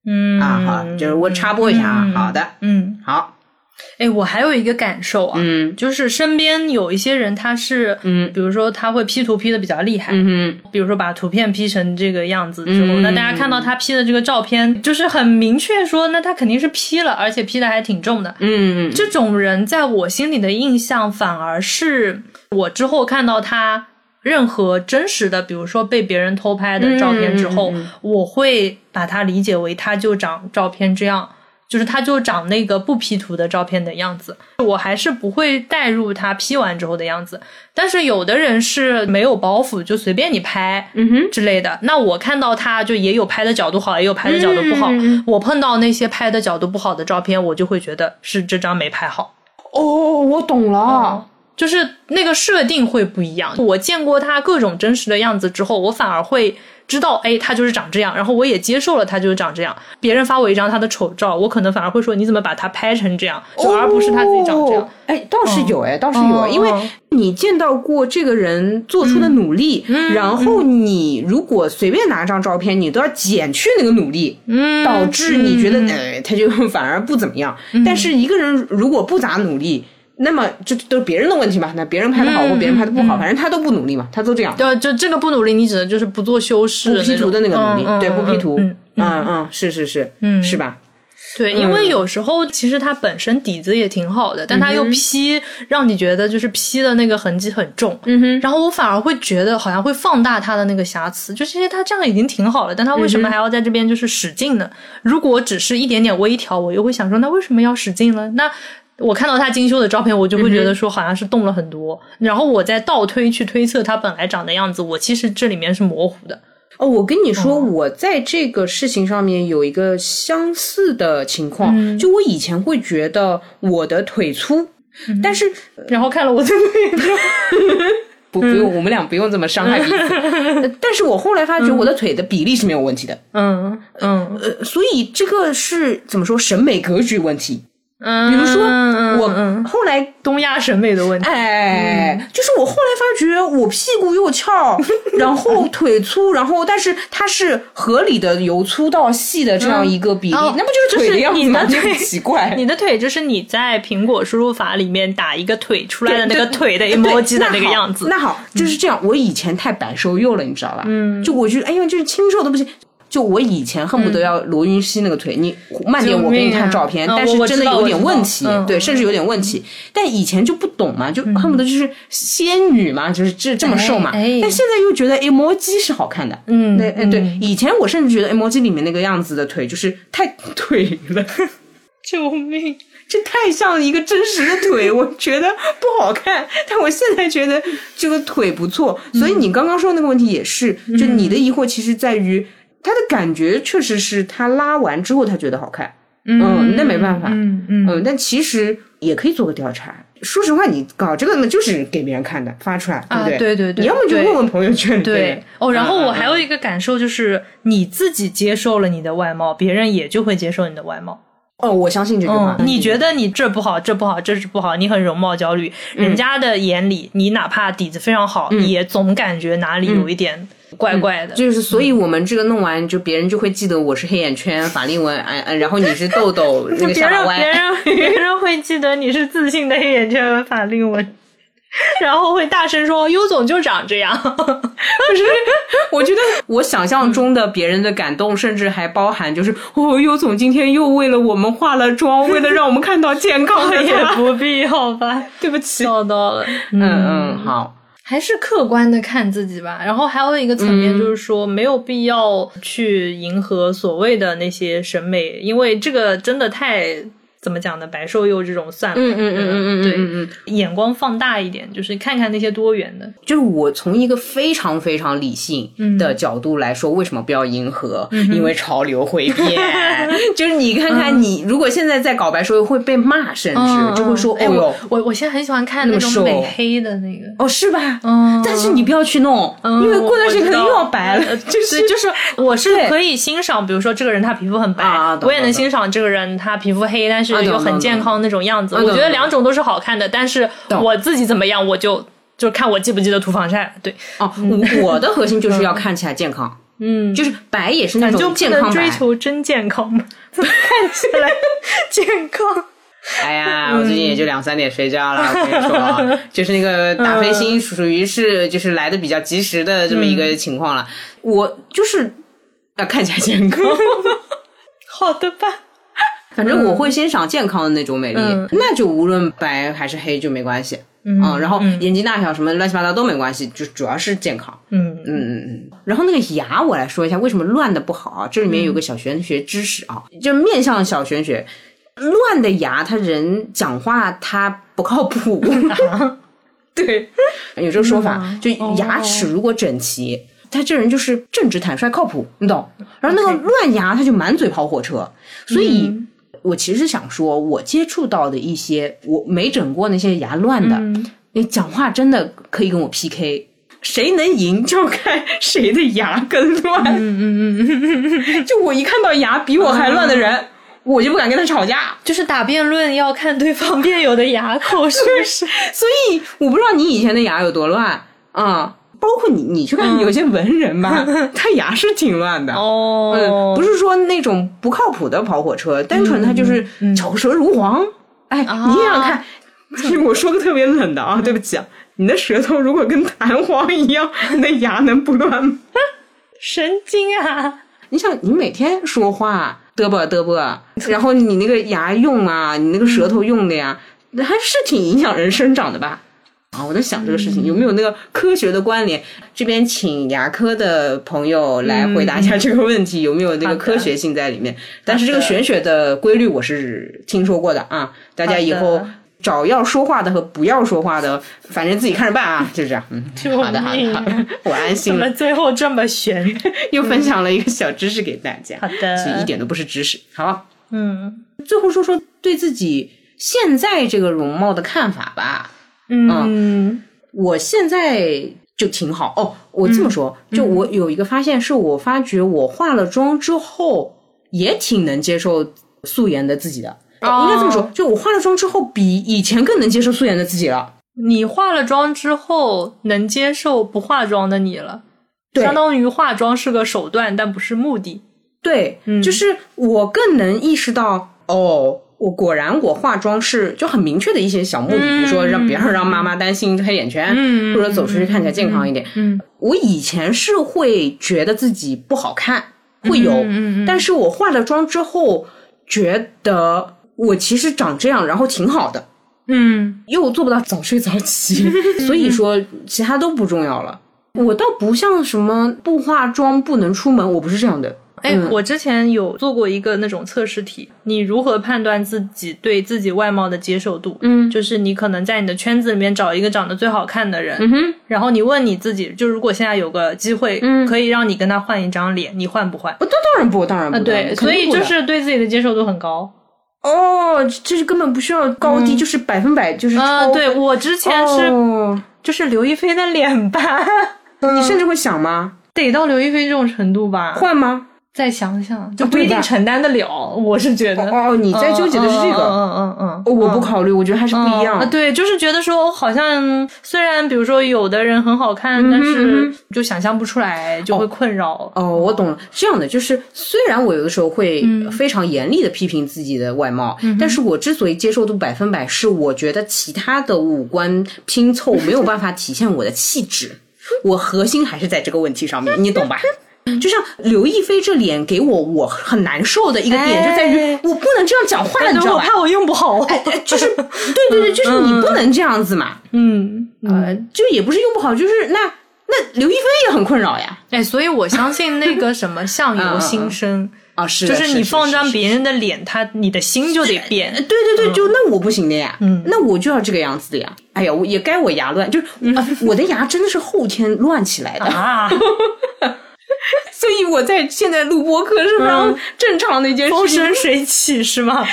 Speaker 3: 嗯
Speaker 2: 啊。好，就是我插播一下啊。好的，
Speaker 3: 嗯，
Speaker 2: 好，
Speaker 3: 哎，我还有一个感受啊，
Speaker 2: 嗯
Speaker 3: 就是身边有一些人，他是，嗯，比如说他会 P 图 P 的比较厉害，
Speaker 2: 嗯
Speaker 3: 比如说把图片 P 成这个样子之后，那大家看到他 P 的这个照片，就是很明确说，那他肯定是 P 了，而且 P 的还挺重的。
Speaker 2: 嗯，
Speaker 3: 这种人在我心里的印象，反而是我之后看到他任何真实的，比如说被别人偷拍的照片之后，我会把它理解为他就长照片这样。就是他就长那个不 P 图的照片的样子，我还是不会带入他 P 完之后的样子。但是有的人是没有包袱，就随便你拍，嗯哼之类的。那我看到他就也有拍的角度好，也有拍的角度不好。
Speaker 2: 嗯
Speaker 3: 我碰到那些拍的角度不好的照片，我就会觉得是这张没拍好。
Speaker 2: 哦，我懂
Speaker 3: 嗯
Speaker 2: 了。
Speaker 3: 就是那个设定会不一样。我见过他各种真实的样子之后，我反而会知道，哎，他就是长这样，然后我也接受了他就是长这样。别人发我一张他的丑照，我可能反而会说，你怎么把他拍成这样，就而不是他自己长这样。
Speaker 2: 哦。哎，倒是有哎，倒是有，
Speaker 3: 哦
Speaker 2: 因为
Speaker 3: 哦
Speaker 2: 你见到过这个人做出的努力，
Speaker 3: 嗯
Speaker 2: 然后你如果随便拿张照片，你都要减去那个努力，
Speaker 3: 嗯
Speaker 2: 导致你觉得哎，他就反而不怎么样。但是一个人如果不咋努力，那么这这都是别人的问题嘛？那别人拍的
Speaker 3: 嗯
Speaker 2: 好或别人拍的不好，反正他都不努力嘛，他都这样。
Speaker 3: 对，就这个不努力，你指的就是不做修饰
Speaker 2: 不 P 图的那个
Speaker 3: 种
Speaker 2: 努力，
Speaker 3: 嗯
Speaker 2: 对，
Speaker 3: 嗯
Speaker 2: 不 P 图，
Speaker 3: 嗯嗯
Speaker 2: 嗯嗯，是是是，
Speaker 3: 嗯
Speaker 2: 是吧？
Speaker 3: 对，因为有时候其实他本身底子也挺好的，但他又 P，让你觉得就是 P 的那个痕迹很重。嗯哼，然后我反而会觉得好像会放大他的那个瑕疵，就其实他这样已经挺好了，但他为什么还要在这边就是使劲呢？如果只是一点点微调，我又会想说，那为什么要使劲呢？那我看到他精修的照片，我就会觉得说好像是动了很多，然后我再倒推去推测他本来长的样子，我其实这里面是模糊的。
Speaker 2: 哦，我跟你说，
Speaker 3: 嗯
Speaker 2: 我在这个事情上面有一个相似的情况，
Speaker 3: 嗯
Speaker 2: 就我以前会觉得我的腿粗，但是呃
Speaker 3: 然后看了我的 腿之后，
Speaker 2: 不不
Speaker 3: 嗯
Speaker 2: 用，我们俩不用这么伤害彼此。呃 但是我后来发觉我的腿的比例是没有问题的，
Speaker 3: 嗯嗯
Speaker 2: 呃，所以这个是怎么说审美格局问题。
Speaker 3: 嗯，
Speaker 2: 比如说
Speaker 3: 嗯嗯
Speaker 2: 我
Speaker 3: 嗯
Speaker 2: 后来
Speaker 3: 东亚审美的问题，嗯
Speaker 2: 哎，就是我后来发觉我屁股又 翘，然后腿粗，然后但是它是合理的由粗到细的这样一个比例，
Speaker 3: 嗯哦
Speaker 2: 那不就是腿的样子吗？
Speaker 3: 就是你的
Speaker 2: 就
Speaker 3: 腿
Speaker 2: 很奇怪。
Speaker 3: 你的腿就是你在苹果输入法里面打一个腿出来的那
Speaker 2: 对
Speaker 3: 个
Speaker 2: 对
Speaker 3: 腿的
Speaker 2: 对
Speaker 3: emoji 的
Speaker 2: 那
Speaker 3: 那个
Speaker 2: 好
Speaker 3: 样子。
Speaker 2: 那好，就是这样。我以前太白瘦幼了，你知道吧？嗯，就我觉得，哎呀，就是清瘦都不行。就我以前恨
Speaker 3: 嗯
Speaker 2: 不得要罗云熙那个腿，你慢点，
Speaker 3: 救
Speaker 2: 我给你
Speaker 3: 命啊
Speaker 2: 看照片，
Speaker 3: 嗯
Speaker 2: 但
Speaker 3: 我
Speaker 2: 是
Speaker 3: 我
Speaker 2: 真的
Speaker 3: 知道
Speaker 2: 有
Speaker 3: 我
Speaker 2: 点
Speaker 3: 知道
Speaker 2: 问题，
Speaker 3: 嗯
Speaker 2: 对，
Speaker 3: 嗯
Speaker 2: 甚至有点问题。但以前就不懂嘛，就恨不得就是仙女嘛，就是这这么瘦嘛。
Speaker 3: 哎哎
Speaker 2: 但现在又觉得 M O G 是好看的，
Speaker 3: 嗯
Speaker 2: 对，哎对，以前我甚至觉得 M O G 里面那个样子的腿就是太 腿了。
Speaker 3: 救命！
Speaker 2: 这太像一个真实的 腿，我觉得不好看。但我现在觉得这个腿不错，所以你刚刚说的那个问题也是，
Speaker 3: 嗯
Speaker 2: 就你的疑惑其实在于他的感觉确实是他拉完之后他觉得好看，嗯那没办法
Speaker 3: 嗯嗯
Speaker 2: 嗯，但其实也可以做个调查。说实话，你搞这个呢，就是给别人看的，发出来，对不对？
Speaker 3: 啊对对对
Speaker 2: 你要么就
Speaker 3: 对
Speaker 2: 问问朋友圈，
Speaker 3: 对哦，然后
Speaker 2: 嗯
Speaker 3: 我还有一个感受就是，你自己接受了你的外貌，别人也就会接受你的外貌。
Speaker 2: 哦，我相信这句话
Speaker 3: 嗯，。你觉得你这不好，这不好，这是不好，你很容貌焦虑，人家的眼里，你哪怕底子非常好，
Speaker 2: 嗯
Speaker 3: 也总感觉哪里有一点怪怪的。
Speaker 2: 就是，所以我们这个弄完，就别人就会记得我是黑眼圈、法令纹，哎，哎然后你是痘 痘，那个
Speaker 3: 别
Speaker 2: 下
Speaker 3: 人
Speaker 2: 巴
Speaker 3: 别
Speaker 2: 歪，
Speaker 3: 人别人会记得你是自信的黑眼圈和法令纹，然后会大声说：“优总就长这样。
Speaker 2: 我觉得我想
Speaker 3: 嗯
Speaker 2: 象中的别人的感动，甚至还包含就是，哦，优总今天又为了我们化了妆，为了让我们看到健康”的
Speaker 3: 也
Speaker 2: 她。
Speaker 3: 不必好吧，
Speaker 2: 对不起，
Speaker 3: 笑到了。
Speaker 2: 嗯嗯，好，
Speaker 3: 还是客观的看自己吧。然后还有一个层
Speaker 2: 嗯
Speaker 3: 面就是说，没有必要去迎合所谓的那些审美，因为这个真的太怎么讲呢？白瘦幼这种算了，
Speaker 2: 嗯嗯嗯嗯嗯
Speaker 3: 对，
Speaker 2: 嗯
Speaker 3: 眼光放大一点，就是看看那些多元的。
Speaker 2: 就是我从一个非常非常理性
Speaker 3: 嗯
Speaker 2: 的角度来说，为什么不要迎合？因为潮流会变， 就是你看
Speaker 3: 嗯
Speaker 2: 看你，如果现在在搞白说会被骂，甚至就会说，哦
Speaker 3: 哎，
Speaker 2: 哟
Speaker 3: 我。我我现在很喜欢看那
Speaker 2: 那
Speaker 3: 种
Speaker 2: 么瘦
Speaker 3: 美黑的那个。
Speaker 2: 哦，是吧？
Speaker 3: 嗯
Speaker 2: 但是你不要去弄，
Speaker 3: 嗯
Speaker 2: 因为过段时间可能
Speaker 3: 我
Speaker 2: 又要白了
Speaker 3: 我。知道呃
Speaker 2: 就是
Speaker 3: 对就是我是
Speaker 2: 对
Speaker 3: 可以欣赏，比如说这个人他皮肤很白，
Speaker 2: 啊懂
Speaker 3: 我也能欣赏这个人他皮肤黑，但是
Speaker 2: 啊懂
Speaker 3: 又很
Speaker 2: 懂
Speaker 3: 健康那种样子。
Speaker 2: 啊懂
Speaker 3: 我觉得两种都是好看的，但是
Speaker 2: 懂
Speaker 3: 我自己怎么样，我就就看我记不记得涂防晒。对，
Speaker 2: 哦，我我的核心就是要看起来健康，
Speaker 3: 嗯，
Speaker 2: 就是白也是那
Speaker 3: 你就
Speaker 2: 种
Speaker 3: 不
Speaker 2: 健
Speaker 3: 能
Speaker 2: 康
Speaker 3: 追
Speaker 2: 白。
Speaker 3: 求真健康 吗？怎么看起 来健康？
Speaker 2: 哎
Speaker 3: 嗯
Speaker 2: 呀，我最近也就两三点睡觉了，我跟你说 啊，就是那个打飞星属于是就是来的比较及时的这么一
Speaker 3: 嗯
Speaker 2: 个情况了。我就是要看起来健康。
Speaker 3: 好的吧，
Speaker 2: 反正我会欣赏健康的那种美丽，
Speaker 3: 嗯
Speaker 2: 那就无论白还是黑就没关系，嗯然后眼睛大小什么乱七八糟都没关系，就主要是健康。
Speaker 3: 嗯
Speaker 2: 嗯嗯嗯。然后那个牙，我来说一下为什么乱的不好啊？这里面有个小玄学知识啊，就面向小玄学，乱的牙，他人讲话他不靠 谱。
Speaker 3: 对，
Speaker 2: 有这个说法，就
Speaker 3: 哦
Speaker 2: 牙齿如果整齐，他这人就是正直坦率靠谱，你懂？然后那个乱牙，他就满嘴跑火车。所以，我其实想说，我接触到的一些我没整过那些牙乱的，你讲话真的可以跟我 PK。谁能赢就看谁的牙更乱。嗯嗯 嗯，就我一看到牙比我还乱的人，我就不敢跟他吵架。
Speaker 3: 就是打辩论要看对方辩友的牙口是不是？
Speaker 2: 所以我不知道你以前的牙有多乱啊、包括你，你去看有些文人吧，他牙是挺乱的。
Speaker 3: 哦，
Speaker 2: 嗯，不是说那种不靠谱的跑火车，单纯他就是巧舌如簧。哎，你想想看，我说个特别冷的啊，对不起啊，你的舌头如果跟弹簧一样，你的牙能不乱吗？
Speaker 3: 神经啊！
Speaker 2: 你想，你每天说话嘚啵嘚啵，然后你那个牙用啊，你那个舌头用的呀，那还是挺影响人生长的吧？啊，我在想这个事情有没有那个科学的关联？这边请牙科的朋友来回答一下这个问题，有没有那个
Speaker 3: 嗯好的
Speaker 2: 科学性在里面？但是这个玄学的规律我是听说过的啊，大家以
Speaker 3: 好
Speaker 2: 后
Speaker 3: 的
Speaker 2: 找要说话的和不要说话的，反正自己看着办啊，就这样。嗯，
Speaker 3: 救
Speaker 2: 好的好的，
Speaker 3: 命
Speaker 2: 好
Speaker 3: 啊
Speaker 2: 的，我安
Speaker 3: 怎
Speaker 2: 心
Speaker 3: 么
Speaker 2: 了。
Speaker 3: 最后这么悬？
Speaker 2: 又分享了一个小知识给大家，
Speaker 3: 嗯好
Speaker 2: 其实一
Speaker 3: 的，
Speaker 2: 点都不是知识。好，
Speaker 3: 嗯
Speaker 2: 最后说说对自己现在这个容貌的看法吧。
Speaker 3: 嗯
Speaker 2: 我现在就挺好哦。我这么说，
Speaker 3: 嗯
Speaker 2: 就我有一个发现，是我发觉我化了妆之后也挺能接受素颜的自己的。
Speaker 3: 哦
Speaker 2: 应该这么说，就我化了妆之后，比以前更能接受素颜的自己了。
Speaker 3: 你化了妆之后能接受不化妆的你了，
Speaker 2: 对
Speaker 3: 相当于化妆是个手段，但不是目的。
Speaker 2: 对，
Speaker 3: 嗯
Speaker 2: 就是我更能意识到，哦，我果然我化妆是就很明确的一些小目的，比如说让别人让妈妈担心黑眼圈，
Speaker 3: 嗯
Speaker 2: 或者走出去看起来健康一点。
Speaker 3: 嗯，
Speaker 2: 我以前是会觉得自己不好看，会有，
Speaker 3: 嗯嗯嗯
Speaker 2: 但是我化了妆之后，觉得我其实长这样，然后挺好的，
Speaker 3: 嗯
Speaker 2: 又做不到早睡早起，所以说其他都不重要了。我倒不像什么不化妆不能出门，我不是这样的。
Speaker 3: 哎，我之前有做过一个那种测试题，你如何判断自己对自己外貌的接受度？嗯，就是你可能在你的圈子里面找一个长得最好看的人，嗯
Speaker 2: 哼，
Speaker 3: 然后你问你自己，就如果现在有个机会，嗯，可以让你跟他换一张脸，你换不换？
Speaker 2: 我当当然不，当然不，
Speaker 3: 啊对，
Speaker 2: 嗯肯
Speaker 3: 所
Speaker 2: 定
Speaker 3: 以
Speaker 2: 不的
Speaker 3: 就是对自己的接受度很高。
Speaker 2: 哦，这是根本不需要高低，就是百分百，就是
Speaker 3: 嗯啊、
Speaker 2: 超。
Speaker 3: 对我之前是、
Speaker 2: 哦，
Speaker 3: 就是刘亦菲的脸吧，
Speaker 2: 你甚至会想吗？
Speaker 3: 得到刘亦菲这种程度吧，
Speaker 2: 换吗？
Speaker 3: 再想想就
Speaker 2: 啊
Speaker 3: 不
Speaker 2: 对
Speaker 3: 一定
Speaker 2: 吧
Speaker 3: 承担得了，我是觉得。
Speaker 2: 哦，你在纠结的是这个。
Speaker 3: 嗯嗯嗯嗯
Speaker 2: 哦，我不考虑，我觉得还是不一样。
Speaker 3: 啊，对，就是觉得说，好像虽然比如说有的人很好看，但是就想象不出来，就会困扰。
Speaker 2: 哦，我懂了。这样的就是，虽然我有的时候会
Speaker 3: 嗯
Speaker 2: 非常严厉的批评自己的外貌，但是我之所以接受度百分百，是我觉得其他的五官拼凑没有办法体现我的气 质，我核心还是在这个问题上面，你懂吧？就像刘亦菲这脸给我我很难受的一个点，就在于
Speaker 3: 哎
Speaker 2: 我不能这样讲话，你知
Speaker 3: 对
Speaker 2: 道
Speaker 3: 我
Speaker 2: 吧？
Speaker 3: 怕我用不好。
Speaker 2: 哎就是，对对对，就是你不能这样子嘛，
Speaker 3: 嗯，
Speaker 2: 呃，就也不是用不好，就是那那刘亦菲也很困扰呀。
Speaker 3: 哎，所以我相信那个什么相由心生，
Speaker 2: 啊，是
Speaker 3: 就
Speaker 2: 的
Speaker 3: 啊是你放张嗯
Speaker 2: 是
Speaker 3: 别人的脸，他你的心就得
Speaker 2: 呃
Speaker 3: 变。
Speaker 2: 对对对，就那我不行的呀，嗯，那我就要这个样子的呀。哎呀，我也该我牙乱，就是、啊我的牙真的是后天乱起来的，
Speaker 3: 嗯 啊，
Speaker 2: 所以我在现在录播课是非常正常的一件
Speaker 3: 嗯风
Speaker 2: 事情，
Speaker 3: 生水起是吗？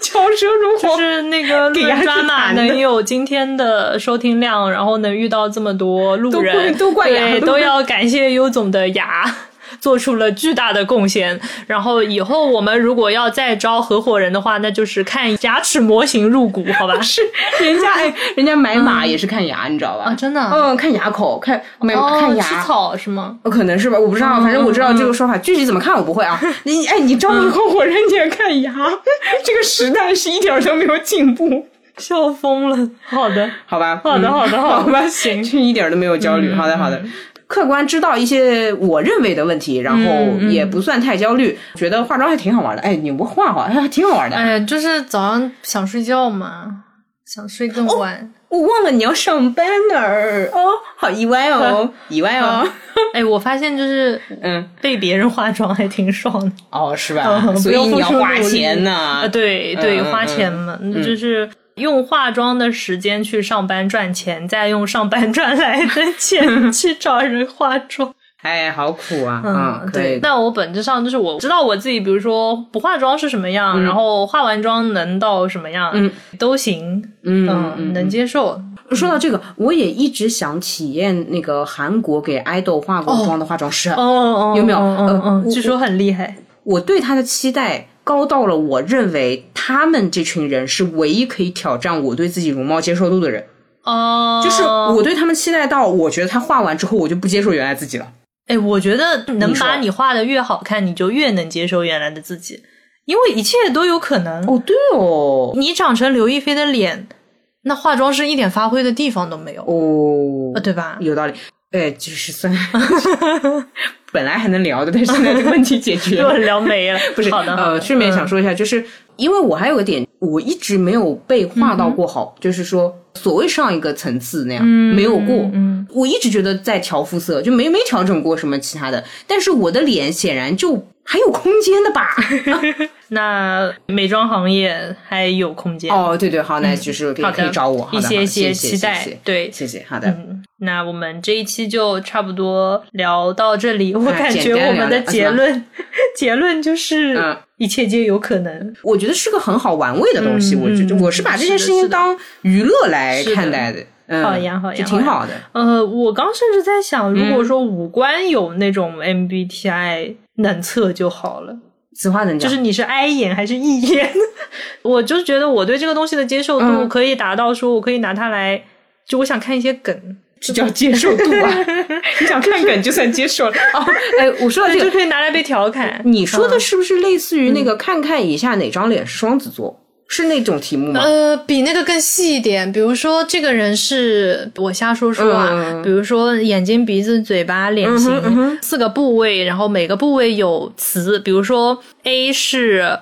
Speaker 2: 翘舌如
Speaker 3: 就
Speaker 2: 簧。
Speaker 3: 是那个
Speaker 2: 给
Speaker 3: 路
Speaker 2: 牙
Speaker 3: 人
Speaker 2: 齿
Speaker 3: 抓马
Speaker 2: 弹的
Speaker 3: 能有今天的收听量，然后能遇到这么多路人，
Speaker 2: 都怪都怪牙
Speaker 3: 对，
Speaker 2: 都怪
Speaker 3: 都要感谢优总的牙。 做出了巨大的贡献，然后以后我们如果要再招合伙人的话，那就是看牙齿模型入股，好吧？
Speaker 2: 是人家哎，人家买马也是看牙，你知道吧？
Speaker 3: 嗯啊真的啊
Speaker 2: 嗯，看牙口，看没有、
Speaker 3: 哦，
Speaker 2: 看牙
Speaker 3: 吃草嗯是吗？
Speaker 2: 可能是吧，我不知道，反正我知道这个说法，具体怎么看我不会啊。你哎，你招
Speaker 3: 嗯
Speaker 2: 个合伙人你也看牙， 这个时代是一点儿都没有进步，
Speaker 3: 笑疯了。好的，
Speaker 2: 好吧？
Speaker 3: 好的，
Speaker 2: 嗯
Speaker 3: 好的，
Speaker 2: 好嗯
Speaker 3: 好
Speaker 2: 吧，
Speaker 3: 的， 行。
Speaker 2: 这一点儿都没有焦虑。好的，好的。客观知道一些我认为的问题，然后也不算太焦虑，觉得化妆还挺好玩的。哎，你不化化，哎，还挺好玩的。
Speaker 3: 哎呀，就是早上想睡觉嘛，想睡更晚。
Speaker 2: 我忘了你要上班呢儿哦，好意外哦，意外哦。
Speaker 3: 哎，我发现就是
Speaker 2: 嗯，
Speaker 3: 被别人化妆还挺爽的。
Speaker 2: 哦，是
Speaker 3: 嗯
Speaker 2: 吧？
Speaker 3: 不
Speaker 2: 所以
Speaker 3: 用
Speaker 2: 你
Speaker 3: 付
Speaker 2: 要
Speaker 3: 出
Speaker 2: 花
Speaker 3: 努力
Speaker 2: 钱呐
Speaker 3: 啊，。对对，
Speaker 2: 嗯
Speaker 3: 花
Speaker 2: 嗯
Speaker 3: 钱嘛，就是用化妆的时间去上班赚钱，再用上班赚来的钱 去找人化妆。
Speaker 2: 哎，好苦啊。嗯，可
Speaker 3: 对
Speaker 2: 以。。
Speaker 3: 那我本质上就是我知道我自己，比如说不化妆是什么
Speaker 2: 嗯
Speaker 3: 样，然后化完妆能到什么样，嗯，都行，
Speaker 2: 嗯
Speaker 3: 嗯，能接受。
Speaker 2: 说到这个，我也一直想体验那个韩国给爱豆化过妆的化妆师。啊
Speaker 3: 哦哦，
Speaker 2: 有没有
Speaker 3: 嗯
Speaker 2: 呃
Speaker 3: 嗯嗯，
Speaker 2: 我
Speaker 3: 据说很厉害。
Speaker 2: 我对他的期待高到了，我认为他们这群人是唯一可以挑战我对自己容貌接受度的人。
Speaker 3: 哦，
Speaker 2: 就是我对他们期待到，我觉得他画完之后，我就不接受原来自己了。
Speaker 3: 哎，我觉得能
Speaker 2: 说
Speaker 3: 把你画的越好看，你就越能接受原来的自己，因为一切都有可能。
Speaker 2: 哦，对哦，
Speaker 3: 你长成刘亦菲的脸，那化妆师一点发挥的地方都没有，
Speaker 2: 哦
Speaker 3: 啊，，对吧？
Speaker 2: 有道理。哎，就是算， 本来还能聊的，但是现在这问题解决了
Speaker 3: 又。聊没了，不
Speaker 2: 不是，
Speaker 3: 好的，好
Speaker 2: 呃，
Speaker 3: 的嗯
Speaker 2: 顺便想说一下，就是因为我还有个点，我一直没有被画到过好，就是说所谓上一个层次那样，没有过。
Speaker 3: 嗯
Speaker 2: 我一直觉得在调肤色，就没没调整过什么其他的，但是我的脸显然就还有空间的 吧。
Speaker 3: 那美妆行业还有空间。
Speaker 2: 哦，对对，好，那就是可以
Speaker 3: 嗯好
Speaker 2: 可
Speaker 3: 的
Speaker 2: 以找我，好的
Speaker 3: 一些
Speaker 2: 好
Speaker 3: 一
Speaker 2: 的
Speaker 3: 些
Speaker 2: 谢谢
Speaker 3: 期待
Speaker 2: 谢谢
Speaker 3: 对
Speaker 2: 谢谢，好的，
Speaker 3: 嗯，那我们这一期就差不多聊到这里。我
Speaker 2: 哎
Speaker 3: 感觉
Speaker 2: 简单
Speaker 3: 我们的
Speaker 2: 聊聊
Speaker 3: 结论，结论就是
Speaker 2: 嗯
Speaker 3: 一切皆有可能。
Speaker 2: 我觉得是个很好玩味的东西，
Speaker 3: 嗯
Speaker 2: 我觉得
Speaker 3: 嗯
Speaker 2: 我是把这件事
Speaker 3: 是
Speaker 2: 情
Speaker 3: 的
Speaker 2: 当娱乐来
Speaker 3: 是的
Speaker 2: 看待的，嗯，
Speaker 3: 好呀好呀
Speaker 2: 就挺好的，
Speaker 3: 呃，我刚甚至在想，如
Speaker 2: 嗯
Speaker 3: 果说五官有那种 MBTI 能测就好了，
Speaker 2: 此话怎讲？
Speaker 3: 就是你是 I 眼还是 E 眼，我就觉得我对这个东西的接受度
Speaker 2: 嗯
Speaker 3: 可以达到，说我可以拿它来，就我想看一些梗，
Speaker 2: 这叫接受度啊！你想看梗就算接 受了 哦。哎，我说到这
Speaker 3: 就
Speaker 2: 个，
Speaker 3: 可以拿来被调侃。
Speaker 2: 你说
Speaker 3: 嗯
Speaker 2: 的是不是类似于那个看看以下哪张脸是双子座，是那种题目吗？
Speaker 3: 呃，比那个更细一点，比如说这个人是我瞎说说啊，
Speaker 2: 嗯嗯嗯嗯
Speaker 3: 比如说眼睛、鼻子、嘴巴、脸型、四个部位，然后每个部位有词，比如说 A 是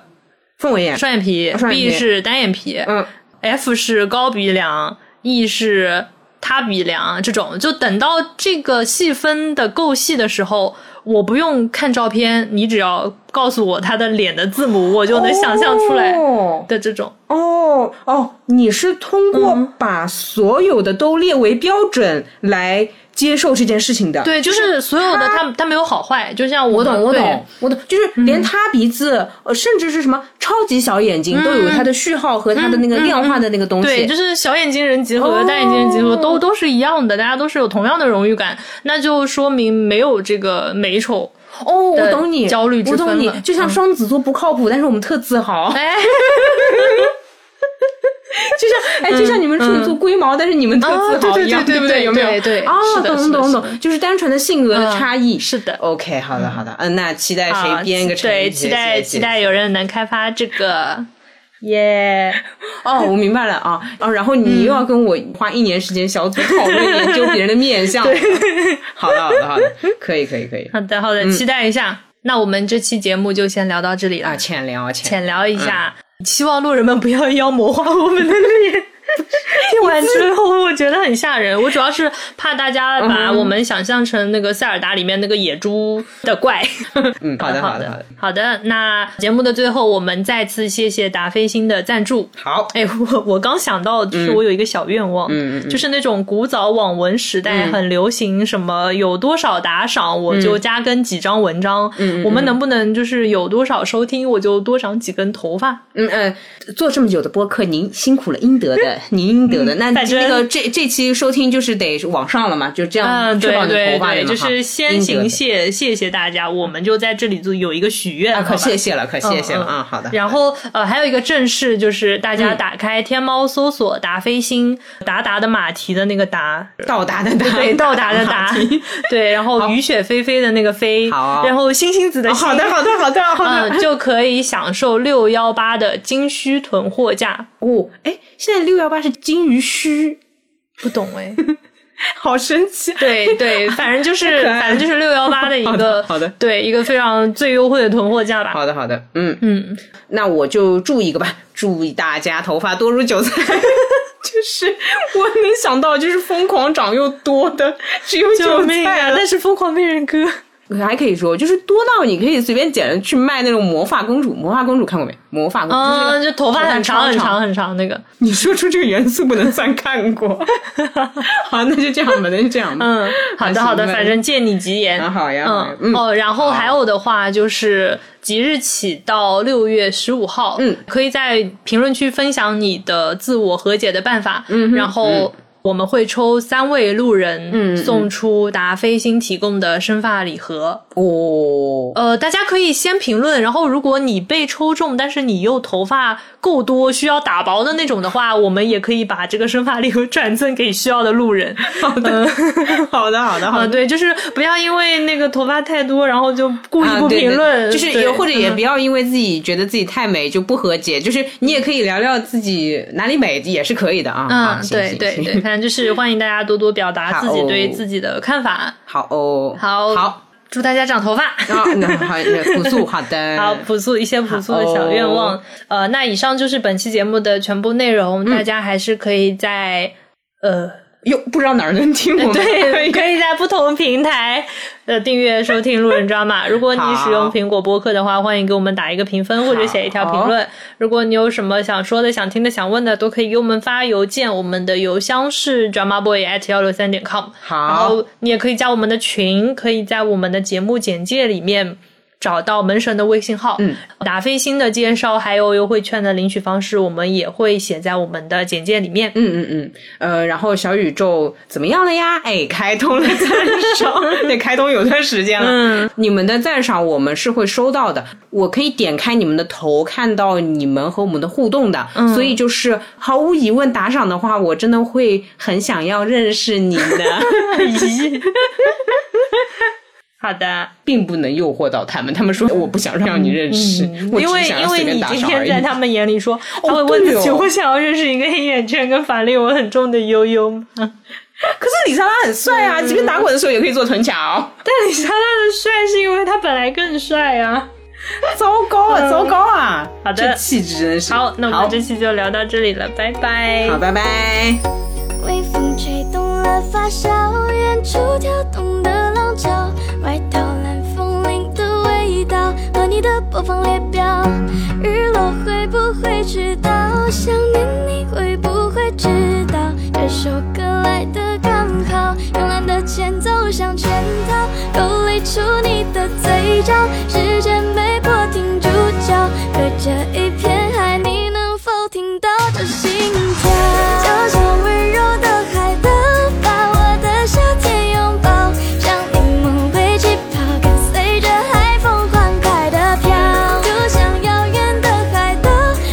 Speaker 2: 凤尾眼，
Speaker 3: 双眼皮
Speaker 2: 双眼
Speaker 3: b
Speaker 2: 皮
Speaker 3: 是单眼皮、
Speaker 2: 嗯，
Speaker 3: f 是高鼻梁，E 是塌鼻梁，这种就等到这个细分的够细的时候。我不用看照片，你只要告诉我他的脸的字母，我就能想象出来
Speaker 2: 哦
Speaker 3: 的这种。
Speaker 2: 哦哦，你是通过
Speaker 3: 嗯
Speaker 2: 把所有的都列为标准来接受这件事情的。，
Speaker 3: 对，就是所有的它它没有好坏，就像
Speaker 2: 嗯我
Speaker 3: 我
Speaker 2: 懂，我
Speaker 3: 对嗯
Speaker 2: 懂，我懂，就是连塌鼻子，呃，甚至是什么超级小眼
Speaker 3: 嗯
Speaker 2: 睛，都有它的序号和它的那个量化的那个东西。
Speaker 3: 对，就是小眼睛人集合、单眼睛人集合都都是一样的，大家都是有同样的荣誉感，那就说明没有这个美丑。
Speaker 2: 哦，我
Speaker 3: 的
Speaker 2: 懂你，
Speaker 3: 焦虑之
Speaker 2: 我懂
Speaker 3: 分
Speaker 2: 你
Speaker 3: 了。嗯
Speaker 2: 就像双子座不靠谱，但是我们特自豪。
Speaker 3: 哎，
Speaker 2: 就像哎，就像你们处女座龟毛，但是你们特
Speaker 3: 嗯啊
Speaker 2: 自豪一样，
Speaker 3: 对
Speaker 2: 不
Speaker 3: 对对对对
Speaker 2: 对？有没有？
Speaker 3: 对对
Speaker 2: 哦
Speaker 3: 是，的是
Speaker 2: 懂
Speaker 3: 的
Speaker 2: 懂
Speaker 3: 是的
Speaker 2: 懂，就是单纯的性格的
Speaker 3: 嗯
Speaker 2: 差异。
Speaker 3: 是的。
Speaker 2: OK，好的好的，嗯，那期待
Speaker 3: 啊
Speaker 2: 谁编一个成语谢
Speaker 3: 对，期
Speaker 2: 谢
Speaker 3: 待
Speaker 2: 谢谢
Speaker 3: 期待有人能开发这个，耶、
Speaker 2: 哦，我明白了啊哦，然后你又
Speaker 3: 嗯
Speaker 2: 要跟我花一年时间小组讨论研究别人的面 相，好的好的好的，可以可以可以
Speaker 3: 好的好的，
Speaker 2: 嗯
Speaker 3: 期待一下。那我们这期节目就先聊到这里了
Speaker 2: 啊，，浅聊浅，
Speaker 3: 浅聊一下，
Speaker 2: 嗯
Speaker 3: 希望路人们不要妖魔化我们 的脸。听完之后，我觉得很吓人。我主要是怕大家把
Speaker 2: 嗯
Speaker 3: 我们想象成那个塞尔达里面那个野猪的怪。
Speaker 2: 嗯，好的
Speaker 3: 好
Speaker 2: 好的好
Speaker 3: 的
Speaker 2: 的，，
Speaker 3: 好的。那节目的最后，我们再次谢谢达菲星的赞助。
Speaker 2: 好，
Speaker 3: 哎，我我刚想到，就是我有一个小愿望，
Speaker 2: 嗯嗯嗯嗯
Speaker 3: 就是那种古早网文时代很流行什么有多少打赏我就加更几张文章，
Speaker 2: 嗯嗯嗯
Speaker 3: 我们能不能就是有多少收听我就多长几根头发？
Speaker 2: 嗯嗯，做这么久的播客，您辛苦了，应得 的，您应得的。那
Speaker 3: 嗯反正
Speaker 2: 那个这这期收听就是得往上了嘛，就这样
Speaker 3: 嗯，
Speaker 2: 确
Speaker 3: 对
Speaker 2: 保你
Speaker 3: 对
Speaker 2: 头发的
Speaker 3: 对，
Speaker 2: 嘛
Speaker 3: 就是
Speaker 2: 哈
Speaker 3: 先
Speaker 2: 应得
Speaker 3: 行
Speaker 2: 的
Speaker 3: 谢谢谢大家，我们就在这里就有一个许愿，
Speaker 2: 啊，
Speaker 3: 好
Speaker 2: 可
Speaker 3: 吧
Speaker 2: 谢谢了，可谢谢了
Speaker 3: 嗯嗯
Speaker 2: 啊，好的。嗯
Speaker 3: 然后呃，还有一个正事就是大家打开天猫搜索“达飞星”，达达的马蹄的那个达，
Speaker 2: 到达的达，
Speaker 3: 对，到达的达
Speaker 2: 好，
Speaker 3: 对，然后雨雪霏霏的那个飞，
Speaker 2: 好
Speaker 3: 然后星星子 的星，
Speaker 2: 好的，好的，好的，好的。
Speaker 3: 嗯，就可以享受六幺八的金须囤货价。
Speaker 2: 哦，哎，现在六幺八是金鱼 须，
Speaker 3: 不懂哎，
Speaker 2: 好神奇。
Speaker 3: 对对，反正 就
Speaker 2: 太
Speaker 3: 是
Speaker 2: 可爱了
Speaker 3: 反正就是六幺八的一
Speaker 2: 好
Speaker 3: 个
Speaker 2: 的好的
Speaker 3: 对一个非常最优惠的囤货价吧。
Speaker 2: 好的，好的，嗯，
Speaker 3: 嗯，
Speaker 2: 那我就注意一个吧，祝大家头发多如韭 菜。就是我能想到，就是疯狂长又多的，只有
Speaker 3: 救
Speaker 2: 韭
Speaker 3: 命
Speaker 2: 菜
Speaker 3: 啊！
Speaker 2: 了。
Speaker 3: 但是疯狂被人割。
Speaker 2: 还可以说，就是多到你可以随便捡着去卖那种魔法公主。魔法公主看过没？魔法公主、就是那个
Speaker 3: 嗯，就头发很长
Speaker 2: 头发
Speaker 3: 很
Speaker 2: 超
Speaker 3: 长很长那个。
Speaker 2: 你说出这个元素不能算看过。好，那就这样吧，那就这样吧。
Speaker 3: 嗯，好的好的，
Speaker 2: 行吧
Speaker 3: 反正借你吉言。
Speaker 2: 啊好呀好呀
Speaker 3: 嗯
Speaker 2: 嗯
Speaker 3: 哦，然后还有的话就是即日起到六月十五号，
Speaker 2: 嗯，
Speaker 3: 可以在评论区分享你的自我和解的办法，嗯，然后。我们会抽三位路人
Speaker 2: 嗯嗯
Speaker 3: 送出达菲星提供的生发礼盒，
Speaker 2: 哦，
Speaker 3: 呃，大家可以先评论，然后如果你被抽中，但是你又头发够多，需要打薄的那种的话，我们也可以把这个生发礼盒转赠给需要的路人。好的，
Speaker 2: 好的好的
Speaker 3: 啊，
Speaker 2: 好的。
Speaker 3: 对，就是不要因为那个头发太多，然后就故意
Speaker 2: 啊
Speaker 3: 不
Speaker 2: 对对
Speaker 3: 评论，
Speaker 2: 就是
Speaker 3: 对
Speaker 2: 也或者也
Speaker 3: 嗯
Speaker 2: 不要因为自己觉得自己太美就不和解，就是你也可以聊聊自己哪里美也是可以的啊。啊
Speaker 3: 嗯，
Speaker 2: 行
Speaker 3: 对
Speaker 2: 行
Speaker 3: 对
Speaker 2: 行
Speaker 3: 对，反正就是欢迎大家多多表达自己
Speaker 2: 好哦
Speaker 3: 对自己的看法。
Speaker 2: 好哦，
Speaker 3: 好
Speaker 2: 好，
Speaker 3: 祝大家长头发。
Speaker 2: 啊，那好，那朴素，好的，
Speaker 3: 好，朴素一些朴素的小
Speaker 2: 哦嗯
Speaker 3: 愿望。呃，那以上就是本期节目的全部内容，大家还是可以在呃，
Speaker 2: 又不知道哪儿能听 我们。
Speaker 3: 对，可以在不同平台呃订阅收听《路人抓马》。如果你使用苹果播客的话，欢迎给我们打一个评分或者写一条评论。如果你有什么想说的、想听的、想问的，都可以给我们发邮件。我们的邮箱是 drama boy at 幺六三点 com。然
Speaker 2: 好，
Speaker 3: 后你也可以加我们的群，可以在我们的节目简介里面找到门神的微信号。
Speaker 2: 嗯，
Speaker 3: 打飞星的介绍还有优惠券的领取方式，我们也会写在我们的简介里面。
Speaker 2: 嗯嗯嗯，呃，然后小宇宙怎么样了呀？哎，开通了赞 赏，那开通有段时间了。
Speaker 3: 嗯，
Speaker 2: 你们的赞赏我们是会收到的，我可以点开你们的头，看到你们和我们的互动的。所以就是毫无疑问，打赏的话，我真的会很想要认识你 的，
Speaker 3: 好的，
Speaker 2: 并不能诱惑到他们。他们说我不想让你认识，我只
Speaker 3: 因为
Speaker 2: 是想要
Speaker 3: 因
Speaker 2: 随
Speaker 3: 为
Speaker 2: 便
Speaker 3: 你
Speaker 2: 打
Speaker 3: 今
Speaker 2: 赏而
Speaker 3: 天
Speaker 2: 已。
Speaker 3: 在他们眼里说，他会
Speaker 2: 哦
Speaker 3: 问
Speaker 2: 对
Speaker 3: 自己，
Speaker 2: 哦
Speaker 3: 我想要认识一个黑眼圈跟法令纹很重的悠悠吗？
Speaker 2: 可是李莎拉很帅啊，即便打滚的时候也可以做臀桥。
Speaker 3: 但李莎拉的帅是因为他本来更帅啊。
Speaker 2: 糟糕啊，糟糕啊！
Speaker 3: 嗯好的
Speaker 2: 这气质真是
Speaker 3: 好，那我
Speaker 2: 好
Speaker 3: 们这期就聊到这里了，拜拜。
Speaker 2: 好，拜拜。
Speaker 4: 微风吹动了发梢，远处跳动的浪潮，外套蓝风铃的味道和你的播放列表，日落会不会迟到？想念你会不会知道？这首歌来的刚好，慵懒的前奏像圈套，勾勒出你的嘴角，时间被迫停住脚，对着一片海，你能否听到这心跳？就像温柔的海岛，把我的夏天拥抱，像柠檬被气泡跟随着海风欢快的飘，就像遥远的海岛，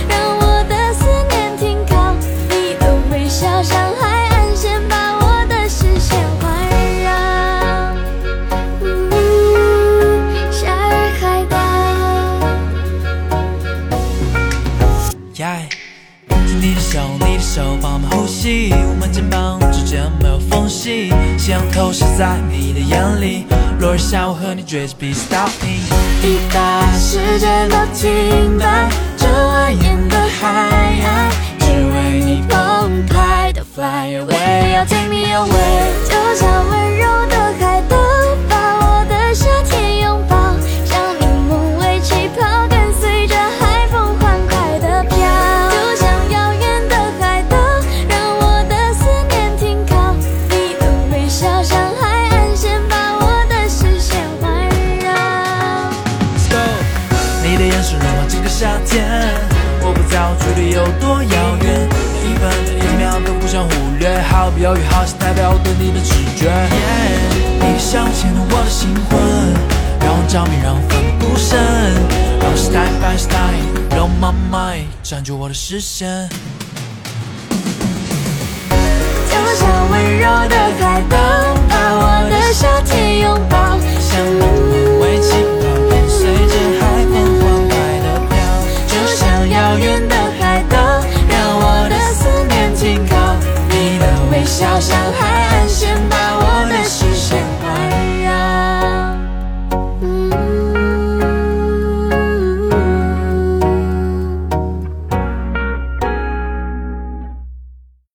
Speaker 4: 让我的思念停靠。你的微笑像海岸线，把我的视线环绕。嗯，夏日海岛。
Speaker 5: 耶！牵起你的手，你的手帮我们呼吸，我们肩膀之间没有缝隙，夕阳投射在你的眼里，落日下我和你追着彼此倒影，滴答，时间都停摆，这蜿蜒的海岸，只为你澎湃的 fly away，要 take me away。
Speaker 4: 就像温柔的海岛，把我的夏天拥抱，像柠檬味气泡跟随着海风欢快的飘。就像遥远的海岛，让我的思念停靠。你的微笑像海岸线，把我的视线环绕。
Speaker 5: Let's go。你的眼神融化整个夏天，我不知道距离有多遥远，每一分每一秒都不想忽略，毫不犹豫，好像代表我对你的直觉。你像牵动我的心魂，让我着迷，让我奋不顾身，让我 style by style，让 my mind 占据我的视线。
Speaker 4: 就像温柔的海岛，